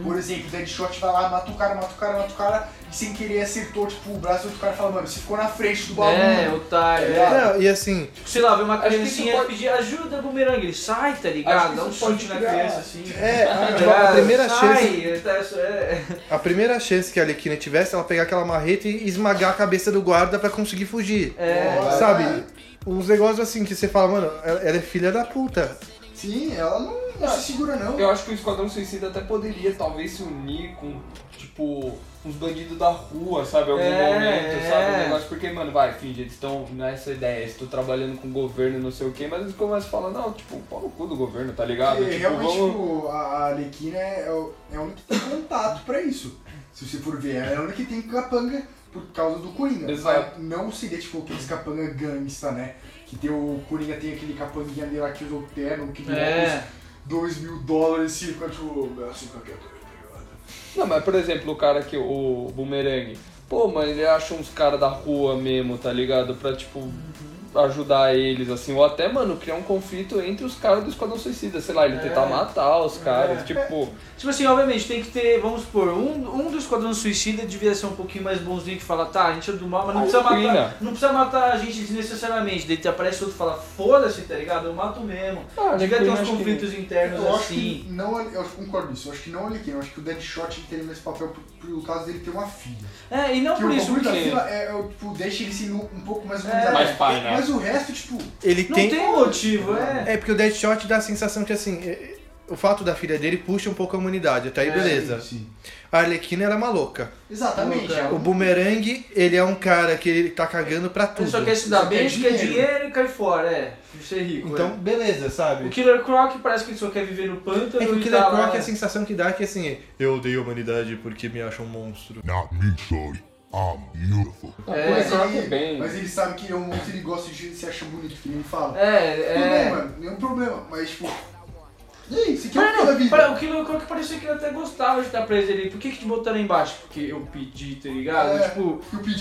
Por exemplo, o Deadshot vai lá, mata o cara, mata o cara, mata o cara, e sem querer acertou, tipo, o braço do outro cara e fala, mano, você ficou na frente do bagulho.
é otário.
É.
é.
Não, e assim,
Sei lá, vê uma
Acho que
criancinha
isso pode-
pedir ajuda, Boomerang, ele sai,
Acho
tá ligado?
que
Dá um
isso pode
chute na
criar-
criança, assim.
é, a, tipo, a
ligado?
primeira
sai,
chance.
ele tá- é.
A primeira chance que a Arlequina tivesse, ela pegar aquela marreta e esmagar a cabeça do guarda pra conseguir fugir.
É.
Sabe?
tá-
Uns negócios assim que você fala, mano, ela ela é filha da puta.
Sim, ela não, não se segura, não.
Eu acho que o Esquadrão Suicida até poderia, talvez, se unir com, tipo, uns bandidos da rua, sabe? Algum
É,
momento, sabe? Um
é.
negócio, porque, mano, vai, finge, eles estão nessa ideia, estou trabalhando com o governo, não sei o quê, mas eles começam a falar, não, tipo, pau no cu do governo, tá ligado?
Porque
tipo,
É, realmente, tipo, a a Arlequina é, é o- é a única que tem contato pra isso. Se você for ver, ela é a única que tem capanga por causa do Coringa.
Exato.
Não seria tipo aqueles capanga gangsta, né? Que tem o Coringa tem aquele capanguinha dele lá que usa o terno, que tem
É.
2 mil dólares, assim, fica tipo, assim, qualquer coisa.
Não, mas, por exemplo, o cara que, o Boomerang, pô, mano, ele acha uns caras da rua mesmo, tá ligado? Pra, tipo... Ajudar eles, assim, ou até, mano, criar um conflito entre os caras do Esquadrão Suicida, sei lá, ele tentar matar os caras, tipo,
Tipo assim, obviamente, tem que ter, vamos supor, um, um dos quadrões suicida devia ser um pouquinho mais bonzinho que fala, tá, a gente é do mal, mas não
Aí
precisa,
combina.
matar, não precisa matar a gente desnecessariamente. Daí aparece outro e fala, foda-se, tá ligado? Eu mato mesmo.
Ah,
devia ter
eu
uns
acho que-
conflitos
É,
internos
Eu acho
assim.
que não, eu concordo nisso, eu acho que não a Arlequina, eu acho que o Deadshot ele teria esse papel por, pelo caso dele ter uma filha.
É, e não
que
por É.
o
isso,
bagulho da
porque
fila é, é o, tipo, deixa ele se um pouco mais humanizado.
Mais pai, né?
Mas o resto, tipo,
Ele
não
tem.
tem motivo, é.
É porque o Deadshot dá a sensação que assim, é- o fato da filha dele puxa um pouco a humanidade, até aí beleza. A Arlequina ela é uma louca.
é
Exatamente.
um
O Boomerang, ele é um cara que ele tá cagando pra
Ele
tudo.
só quer se dar
Só quer
bem, quer
dinheiro.
dinheiro e cai fora, é. De ser rico,
Então, beleza,
é. O
sabe?
Killer Croc parece que ele só quer viver no pântano
É que o
e
Killer
tá lá-
Croc, a sensação que dá é que assim, eu odeio a humanidade porque me acham um monstro.
Not me, shorty.
Ah,
I'm beautiful.
É,
mas,
Croc é
ele,
bem.
mas ele sabe que ele é um monstro, ele gosta de se acha bonito, que nem fala. Tudo
É,
bem,
é.
mano, nenhum problema, mas tipo. E aí, você quer o
Mas
que da
não,
vida?
pra- o Killer Croc parecia que ele até gostava de estar preso ali. Por que que te botaram aí embaixo? Porque eu pedi, tá ligado?
É.
Tipo,
Eu pedi,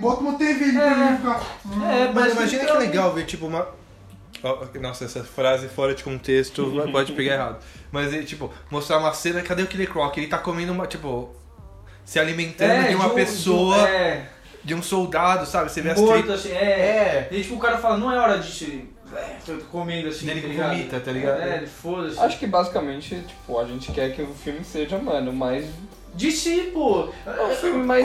bota uma TV ali
É.
pra mim ficar. hum,
é,
Mas
parece
imagina que
então-
legal ver, tipo, uma. Ó, Nossa, essa frase fora de contexto [laughs] pode pegar errado. Mas, é, tipo, mostrar uma cena, cadê o Killer Croc? Ele tá comendo uma, tipo, se alimentando
É,
de tá uma
de um-
pessoa,
de
de
um-
um,
é.
soldado, sabe? Você vê as
Morto,
tripas.
assim, é, E tipo, o cara fala, não é hora disso, ele é, tô comendo assim,
Ele
tá ligado?
vomita, tá ligado?
É, ele foda-se.
Acho que basicamente, tipo, a gente quer que o filme seja, mano, mais.
De si, pô! É
um filme mais.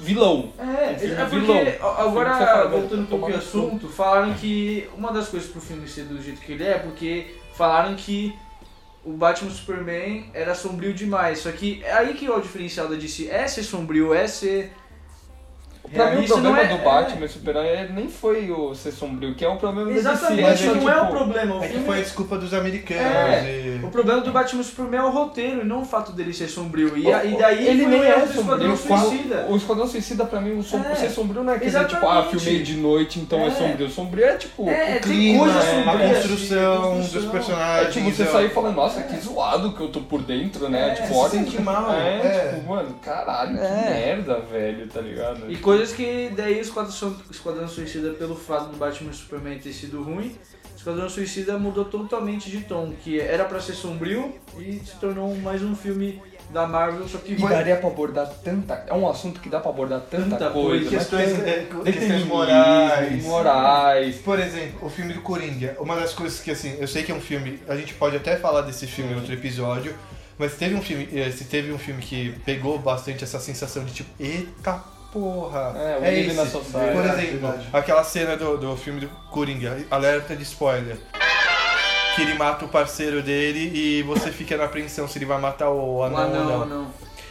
Vilão.
É,
Um filme
é porque
vilão.
a- agora,
Um filme que você fala,
voltando um
vai tomar
pouquinho ao
no cu.
assunto, falaram que uma das coisas pro filme ser do jeito que ele é, porque falaram que o Batman Superman era sombrio demais, só que é aí que é o diferencial da DC, é ser sombrio, é ser...
Pra mim, o
realista, não
problema
é-
do Batman e Super-Homem nem foi o ser sombrio, que é um problema
é-
da
Exatamente,
DC, né?
não é o problema, o
É que
filme
foi a desculpa dos americanos. né?
É,
e-
o problema do Batman Superman é o roteiro e não o fato dele ser sombrio. E, a- e
O-
daí
ele
foi
nem
o
é
erro do
sombrio.
Esquadrão
Eu falo-
Suicida.
Tipo, O Esquadrão Suicida, pra mim, o som,
É.
ser sombrio não é quer dizer, tipo, ah,
Exatamente.
filmei de noite, então é,
É.
sombrio. Sombrio é, tipo,
É,
o
tem
clima,
coisas
é,
A
sombrias.
construção dos
construção.
É
personagens.
tipo, você
é-
sair e falar, nossa, que zoado que eu tô por dentro, né?
É,
tipo,
se
olha.
sente mal,
É,
é.
tipo, mano, caralho,
É.
que merda, velho, tá ligado?
E coisas que daí o Esquadrão, Su- Esquadrão Suicida, pelo fato do Batman Superman ter sido ruim, o Esquadrão Suicida mudou totalmente de tom, que era pra ser sombrio e se tornou mais um filme da Marvel, só que
E daria pra abordar tanta. É um assunto que dá pra abordar tanta,
Tanta coisa,
coisa. mas
Questões,
tem-
é, questões
determinismo,
morais.
Morais.
Por exemplo, o filme do Coringa. Uma das coisas que, assim, eu sei que é um filme. A gente pode até falar desse filme em outro episódio. Mas teve um filme. eh, Se teve um filme que pegou bastante essa sensação de tipo, eita porra!
É, o Live na é Society.
Por
Verdade,
exemplo,
verdade.
aquela cena do, do filme do Coringa, alerta de spoiler. Que ele mata o parceiro dele e você fica na apreensão se ele vai matar o
Ah,
anão ou não.
não, não.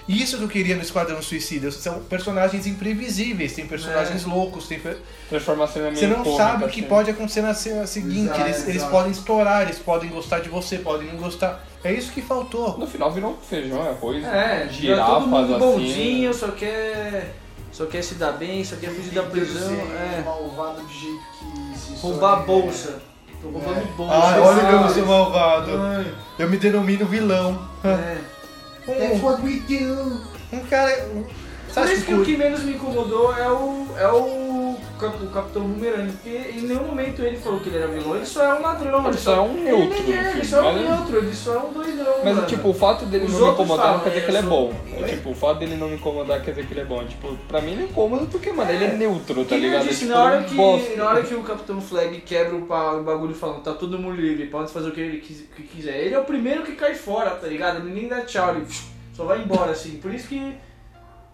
Isso que eu queria no Esquadrão Suicida. São personagens imprevisíveis, tem
É.
personagens loucos, tem. per-
Transformação em
Você não
cômica,
sabe o que
assim.
pode acontecer na cena seguinte.
Exato,
eles, eles
exato.
podem estourar, eles podem gostar de você, podem não gostar. É isso que faltou.
No final virou um feijão, é arroz,
É, todo
girafas,
mundo
assim.
bonzinho, só quer, só quer se dar bem, só quer fugir da prisão, é.
malvado do jeito que é. se
Roubar
sonha.
a bolsa. Tô roubando bolsa.
Ah, olha como eu sou
Exato.
malvado.
Ai,
Eu me denomino vilão.
É.
That's what we do.
Um cara. um-
Por
Sabe
isso
tipo,
que o que menos me incomodou é o, é o, Cap- o Capitão Boomerang, porque em nenhum momento ele falou que ele era vilão, ele só é um ladrão.
Ele só é um
Ele
neutro.
nem é,
enfim,
ele só é um
mas-
neutro, ele só é um doidão.
Mas,
mano.
tipo, o fato dele
Os
não me
outros
incomodar não
falam,
quer dizer
é,
que ele é
eu
bom. É, tipo, o fato dele não me incomodar quer dizer que ele é bom. Tipo, pra mim ele é incômodo porque, mano, ele é neutro, tá
Que nem eu
ligado?
disse,
Tipo,
na, hora
ele é um
que,
bosta.
na hora que o Capitão Flag quebra o, pa- o bagulho falando, tá todo mundo livre, pode fazer o que ele quis- que quiser. Ele é o primeiro que cai fora, tá ligado? Ele nem dá tchau, ele [sniffs] só vai embora, assim. Por isso que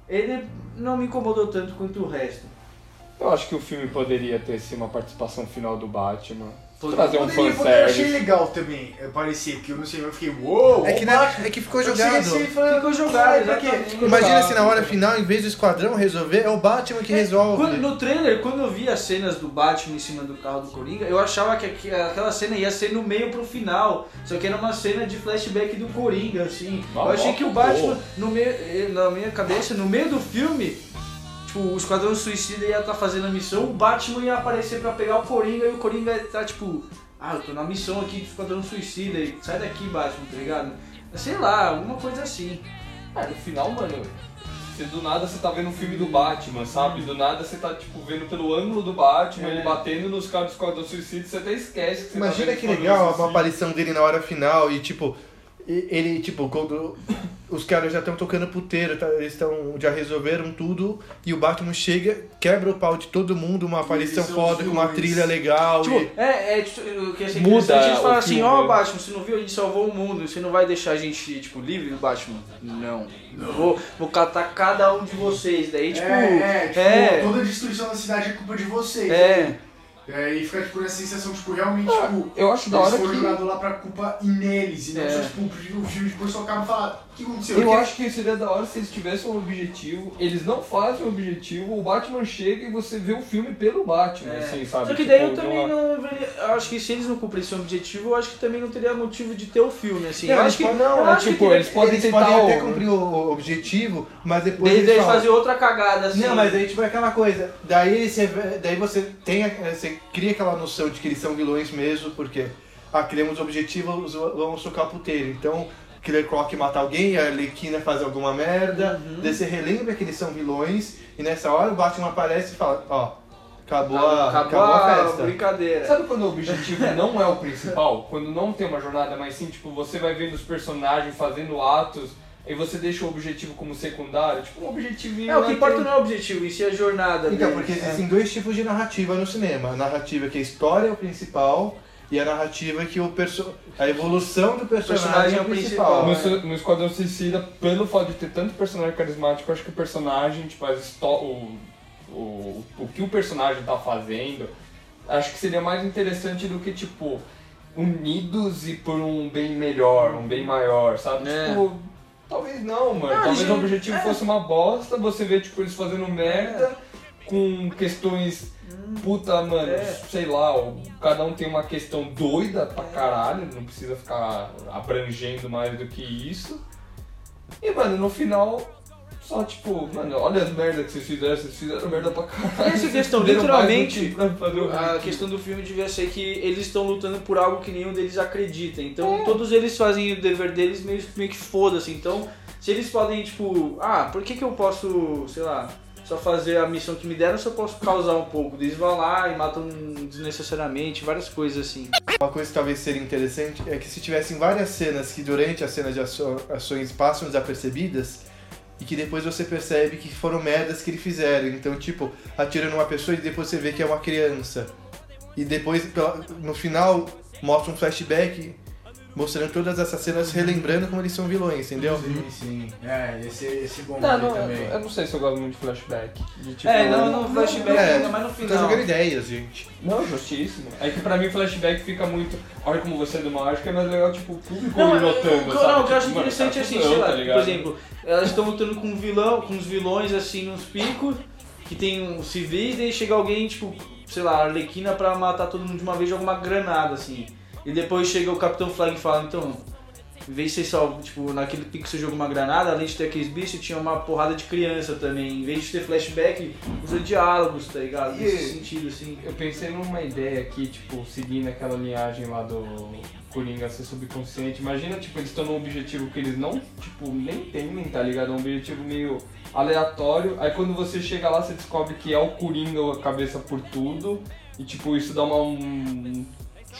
ele não me incomodou tanto quanto o resto.
Eu acho que o filme poderia ter, sim, uma participação final do Batman.
Poderia-
Trazer um
Poderia, poderia, eu achei
fanservice.
legal também é, parecia, porque eu não sei, eu fiquei, uou!
É que, na- é que ficou jogado.
um
Ficou jogado,
pra quê?
exatamente.
É, Imagina se na hora final, em vez do esquadrão resolver, é o Batman que
Quando-
resolve.
no trailer, quando eu vi as cenas do Batman em cima do carro do Coringa, eu achava que aqu- aquela cena ia ser no meio pro final. Só que era uma cena de flashback do Coringa, assim.
Ah,
eu achei
bom,
que o Batman, no meio, eh, na minha cabeça, no meio do filme, tipo, o Esquadrão Suicida ia estar fazendo a missão, o Batman ia aparecer pra pegar o Coringa e o Coringa ia estar tipo, ah, eu tô na missão aqui do Esquadrão Suicida, e sai daqui, Batman, tá ligado? Sei lá, alguma coisa assim.
Ah, no final, mano, você, do nada você tá vendo um filme do Batman, sabe? Do nada você tá, tipo, vendo pelo ângulo do Batman, ele batendo nos caras do Esquadrão Suicida, você até esquece que você tá
Imagina
vendo
que
Esquadrão
legal
Suicida.
a aparição dele na hora final e tipo. e- Ele, tipo, quando os caras já estão tocando puteiro, tá? eles estão já resolveram tudo e o Batman chega, quebra o pau de todo mundo, uma aparição
são
foda,
os
com uma
vilões.
trilha legal. e-
Tipo, é, é, tipo, o que achei
Muda
interessante, eles falaram
o
assim,
filme,
ó
né?
Batman, você não viu, a gente salvou o mundo, você não vai deixar a gente, tipo, livre do Batman? Não. Vou, vou catar cada um de vocês, daí, tipo...
é, é, tipo,
é.
toda a destruição da cidade é culpa de vocês.
É,
E aí fica tipo essa sensação, tipo, realmente, tipo,
Eu acho da
eles
hora
foram
que.
jogados lá pra culpa e neles, e não
É.
só tipo, o filme depois só acaba falando, o que aconteceu?
Eu
Que-
acho que seria da hora se eles tivessem um objetivo, eles não fazem o objetivo, o Batman chega e você vê o filme pelo Batman,
É.
assim, sabe?
só que
Tipo,
daí eu
de
também
uma-
não veria- eu acho que se eles não cumprissem o objetivo, eu acho que também não teria motivo de ter o filme, assim.
Não,
eu
eles
acho que,
podem- não,
eu
é
acho que
tipo,
teria-
eles podem
eles
tentar
podem até
o-
cumprir o- o objetivo, mas depois
Desde eles
falam-
fazer outra cagada, assim.
Não, mas aí tipo é aquela coisa. Daí eles se- daí você tem a- você cria aquela noção de que eles são vilões mesmo, porque ah, criamos objetivo, vamos- vamos socar o puteiro. Então, Killer Croc mata alguém, a Arlequina faz alguma Uhum. merda, daí você relembra que eles são vilões, e nessa hora o Batman aparece e fala, ó, Acabou, a,
Acabou,
acabou a
a
festa.
brincadeira.
Sabe quando o objetivo [laughs] não é o principal? Quando não tem uma jornada, mas sim, tipo, você vai vendo os personagens fazendo atos e você deixa o objetivo como secundário? Tipo, um objetivinho.
É, o que
né,
importa
tem-
não é o objetivo, isso é a jornada.
Então,
deles.
porque existem dois tipos de narrativa no cinema. A narrativa que a história é o principal e a narrativa que o perso a evolução do personagem,
Personagem
é o principal.
No, su- no Esquadrão Suicida, pelo fato de ter tanto personagem carismático, eu acho que o personagem, tipo, as histó- o, o, o que o personagem tá fazendo, acho que seria mais interessante do que, tipo, unidos e por um bem melhor, um bem maior, sabe?
É.
Tipo, talvez não, mano.
Ah,
talvez
gente,
o objetivo
é.
fosse uma bosta, você vê, tipo, eles fazendo merda com questões. Puta, mano,
é.
sei lá, o- cada um tem uma questão doida pra caralho, não precisa ficar abrangendo mais do que isso. E, mano, no final, só tipo, mano, olha as merdas que vocês fizeram, vocês fizeram merda pra caralho.
Essa
vocês
questão,
fizeram
literalmente,
mais do Ah, que pra fazer o
A
ranking.
questão do filme devia ser que eles estão lutando por algo que nenhum deles acredita. Então todos eles fazem o dever deles meio, meio que foda-se. Então, se eles podem, tipo, ah, por que, que eu posso, sei lá, só fazer a missão que me deram se eu posso causar um pouco? Eles vão lá e matam desnecessariamente, várias coisas assim.
Uma coisa que talvez seria interessante é que se tivessem várias cenas que durante a cena de aço- ações passam desapercebidas e que depois você percebe que foram merdas que eles fizeram. Então, tipo, atira numa pessoa e depois você vê que é uma criança. E depois, pela- no final, mostra um flashback mostrando todas essas cenas, relembrando como eles são vilões, entendeu?
Sim, sim. É, esse, esse bom
Não,
ali
Tá, não,
também.
eu, eu não sei se eu gosto muito de flashback. De, tipo,
é, não, não, flashback,
é,
ainda mais no
Tá
final.
jogando ideias, gente.
Não, justíssimo. É que pra mim flashback fica muito. Olha como você é do mal, acho que é mais legal, tipo, o público
Não,
me
é-
notando.
o-
sabe?
não, o que eu acho
Tipo, mano,
interessante é
tá
assim,
fudão,
sei lá,
tá
por
ligado?
exemplo, elas estão lutando com um vilão, com os vilões assim nos picos, que tem um civis, daí chega alguém, tipo, sei lá, Arlequina pra matar todo mundo de uma vez, joga uma granada, assim. E depois chega o Capitão Flag e fala, então, em vez de ser só, tipo, naquele pico que você joga uma granada, além de ter aqueles bichos, tinha uma porrada de criança também. Em vez de ter flashback, usa diálogos, tá ligado? Nesse
E-
sentido, assim.
Eu pensei numa ideia aqui, tipo, seguindo aquela linhagem lá do Coringa ser subconsciente. Imagina, tipo, eles estão num objetivo que eles não, tipo, nem entendem, tá ligado? É um objetivo meio aleatório. Aí quando você chega lá, você descobre que é o Coringa a cabeça por tudo. E, tipo, isso dá uma, um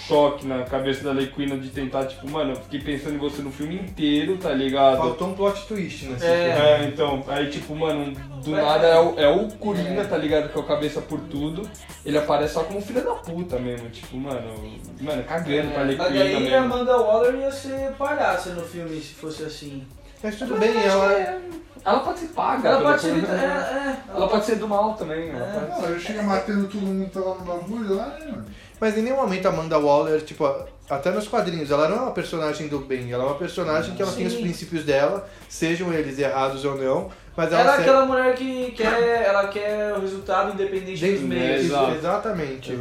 choque na cabeça da Lequina de tentar, tipo, mano, eu fiquei pensando em você no filme inteiro, tá ligado?
Faltou um plot twist nesse filme.
É, então, aí tipo, mano, do nada é o, é o Coringa, tá ligado? Que é o cabeça por tudo. Ele aparece só como filho da puta mesmo, tipo, mano, mano, cagando pra
É, Mas
Lequina
daí a
mesmo.
Amanda Waller ia ser palhaça no filme, se fosse assim.
Mas tudo bem, ela...
Ela pode ser paga.
Ela
pelo
pode ser.
Coringa.
É, é.
Ela pode ser do mal também. ela pode-
Não, eu chega matando todo mundo tá lá no bagulho lá, né, mano?
Mas em nenhum momento a Amanda Waller, tipo, até nos quadrinhos, ela não é uma personagem do bem, ela é uma personagem que ela tem os
Sim.
princípios dela, sejam eles errados ou não, mas ela,
Ela é
segue-
aquela mulher que quer, ela quer o resultado independente dos
é Isso,
meios.
é, Exato.
Exatamente.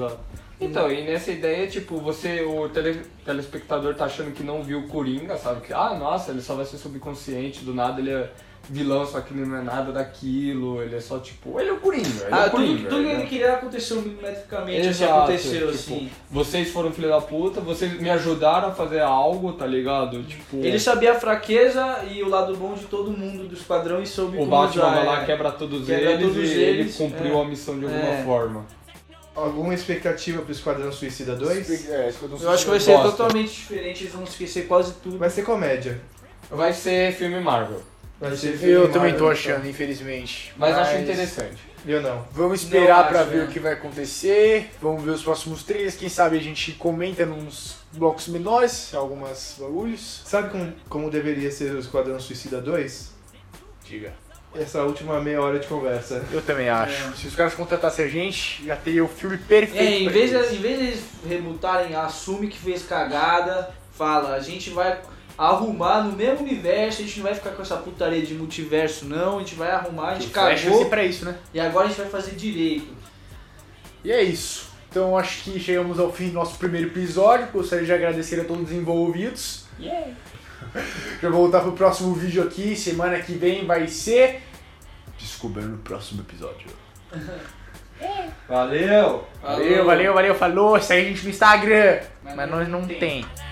Então, e nessa ideia, tipo, você, o tele- telespectador tá achando que não viu o Coringa, sabe? Que, ah, nossa, ele só vai ser subconsciente, do nada ele é vilão, só que ele não é nada daquilo, ele é só, tipo, ele é o Coringa, ele é
Ah,
o Coringa.
tudo, tudo que
né?
ele queria aconteceu milimetricamente, assim,
Exato,
aconteceu
tipo,
assim.
Vocês foram filho da puta, vocês me ajudaram a fazer algo, tá ligado? Tipo,
Ele sabia a fraqueza e o lado bom de todo mundo do esquadrão e soube
o
como
Batman
usar,
vai
é.
lá, quebra todos
Quebra
eles
todos
e ele
eles,
cumpriu
é.
a missão de alguma
É.
forma.
Alguma expectativa pro Esquadrão Suicida 2?
É, isso que eu tô
Eu acho que vai ser
Bosta.
totalmente diferente, eles vão esquecer quase tudo.
Vai ser comédia.
Vai ser filme Marvel,
Vai ser
Eu
filmado,
também tô
então.
achando, infelizmente.
mas, acho interessante.
Eu não.
Vamos esperar
Não
pra
acho,
ver
né?
o que vai acontecer. Vamos ver os próximos trailers. Quem sabe a gente comenta nos blocos menores, algumas bagulhos.
Sabe como, como deveria ser o Esquadrão Suicida 2?
Diga.
Essa última meia hora de conversa.
Eu também acho. Se os caras contratassem a gente, já teria o filme perfeito.
É, em
pra
vez,
eles.
de, em vez de eles rebutarem, assume que fez cagada, fala, a gente vai arrumar no mesmo universo, a gente não vai ficar com essa putaria de multiverso, não, a gente vai arrumar, a gente
O Flash vai ser
cagou
pra isso, né?
e agora a gente vai fazer direito.
E é isso. Então acho que chegamos ao fim do nosso primeiro episódio. Gostaria de agradecer a todos os envolvidos. [laughs] Já vou voltar pro próximo vídeo aqui. Semana que vem vai ser. Descobrindo no próximo episódio.
Valeu!
Valeu, valeu, valeu. Falou. Segue a gente no Instagram. Mas, nós não tem.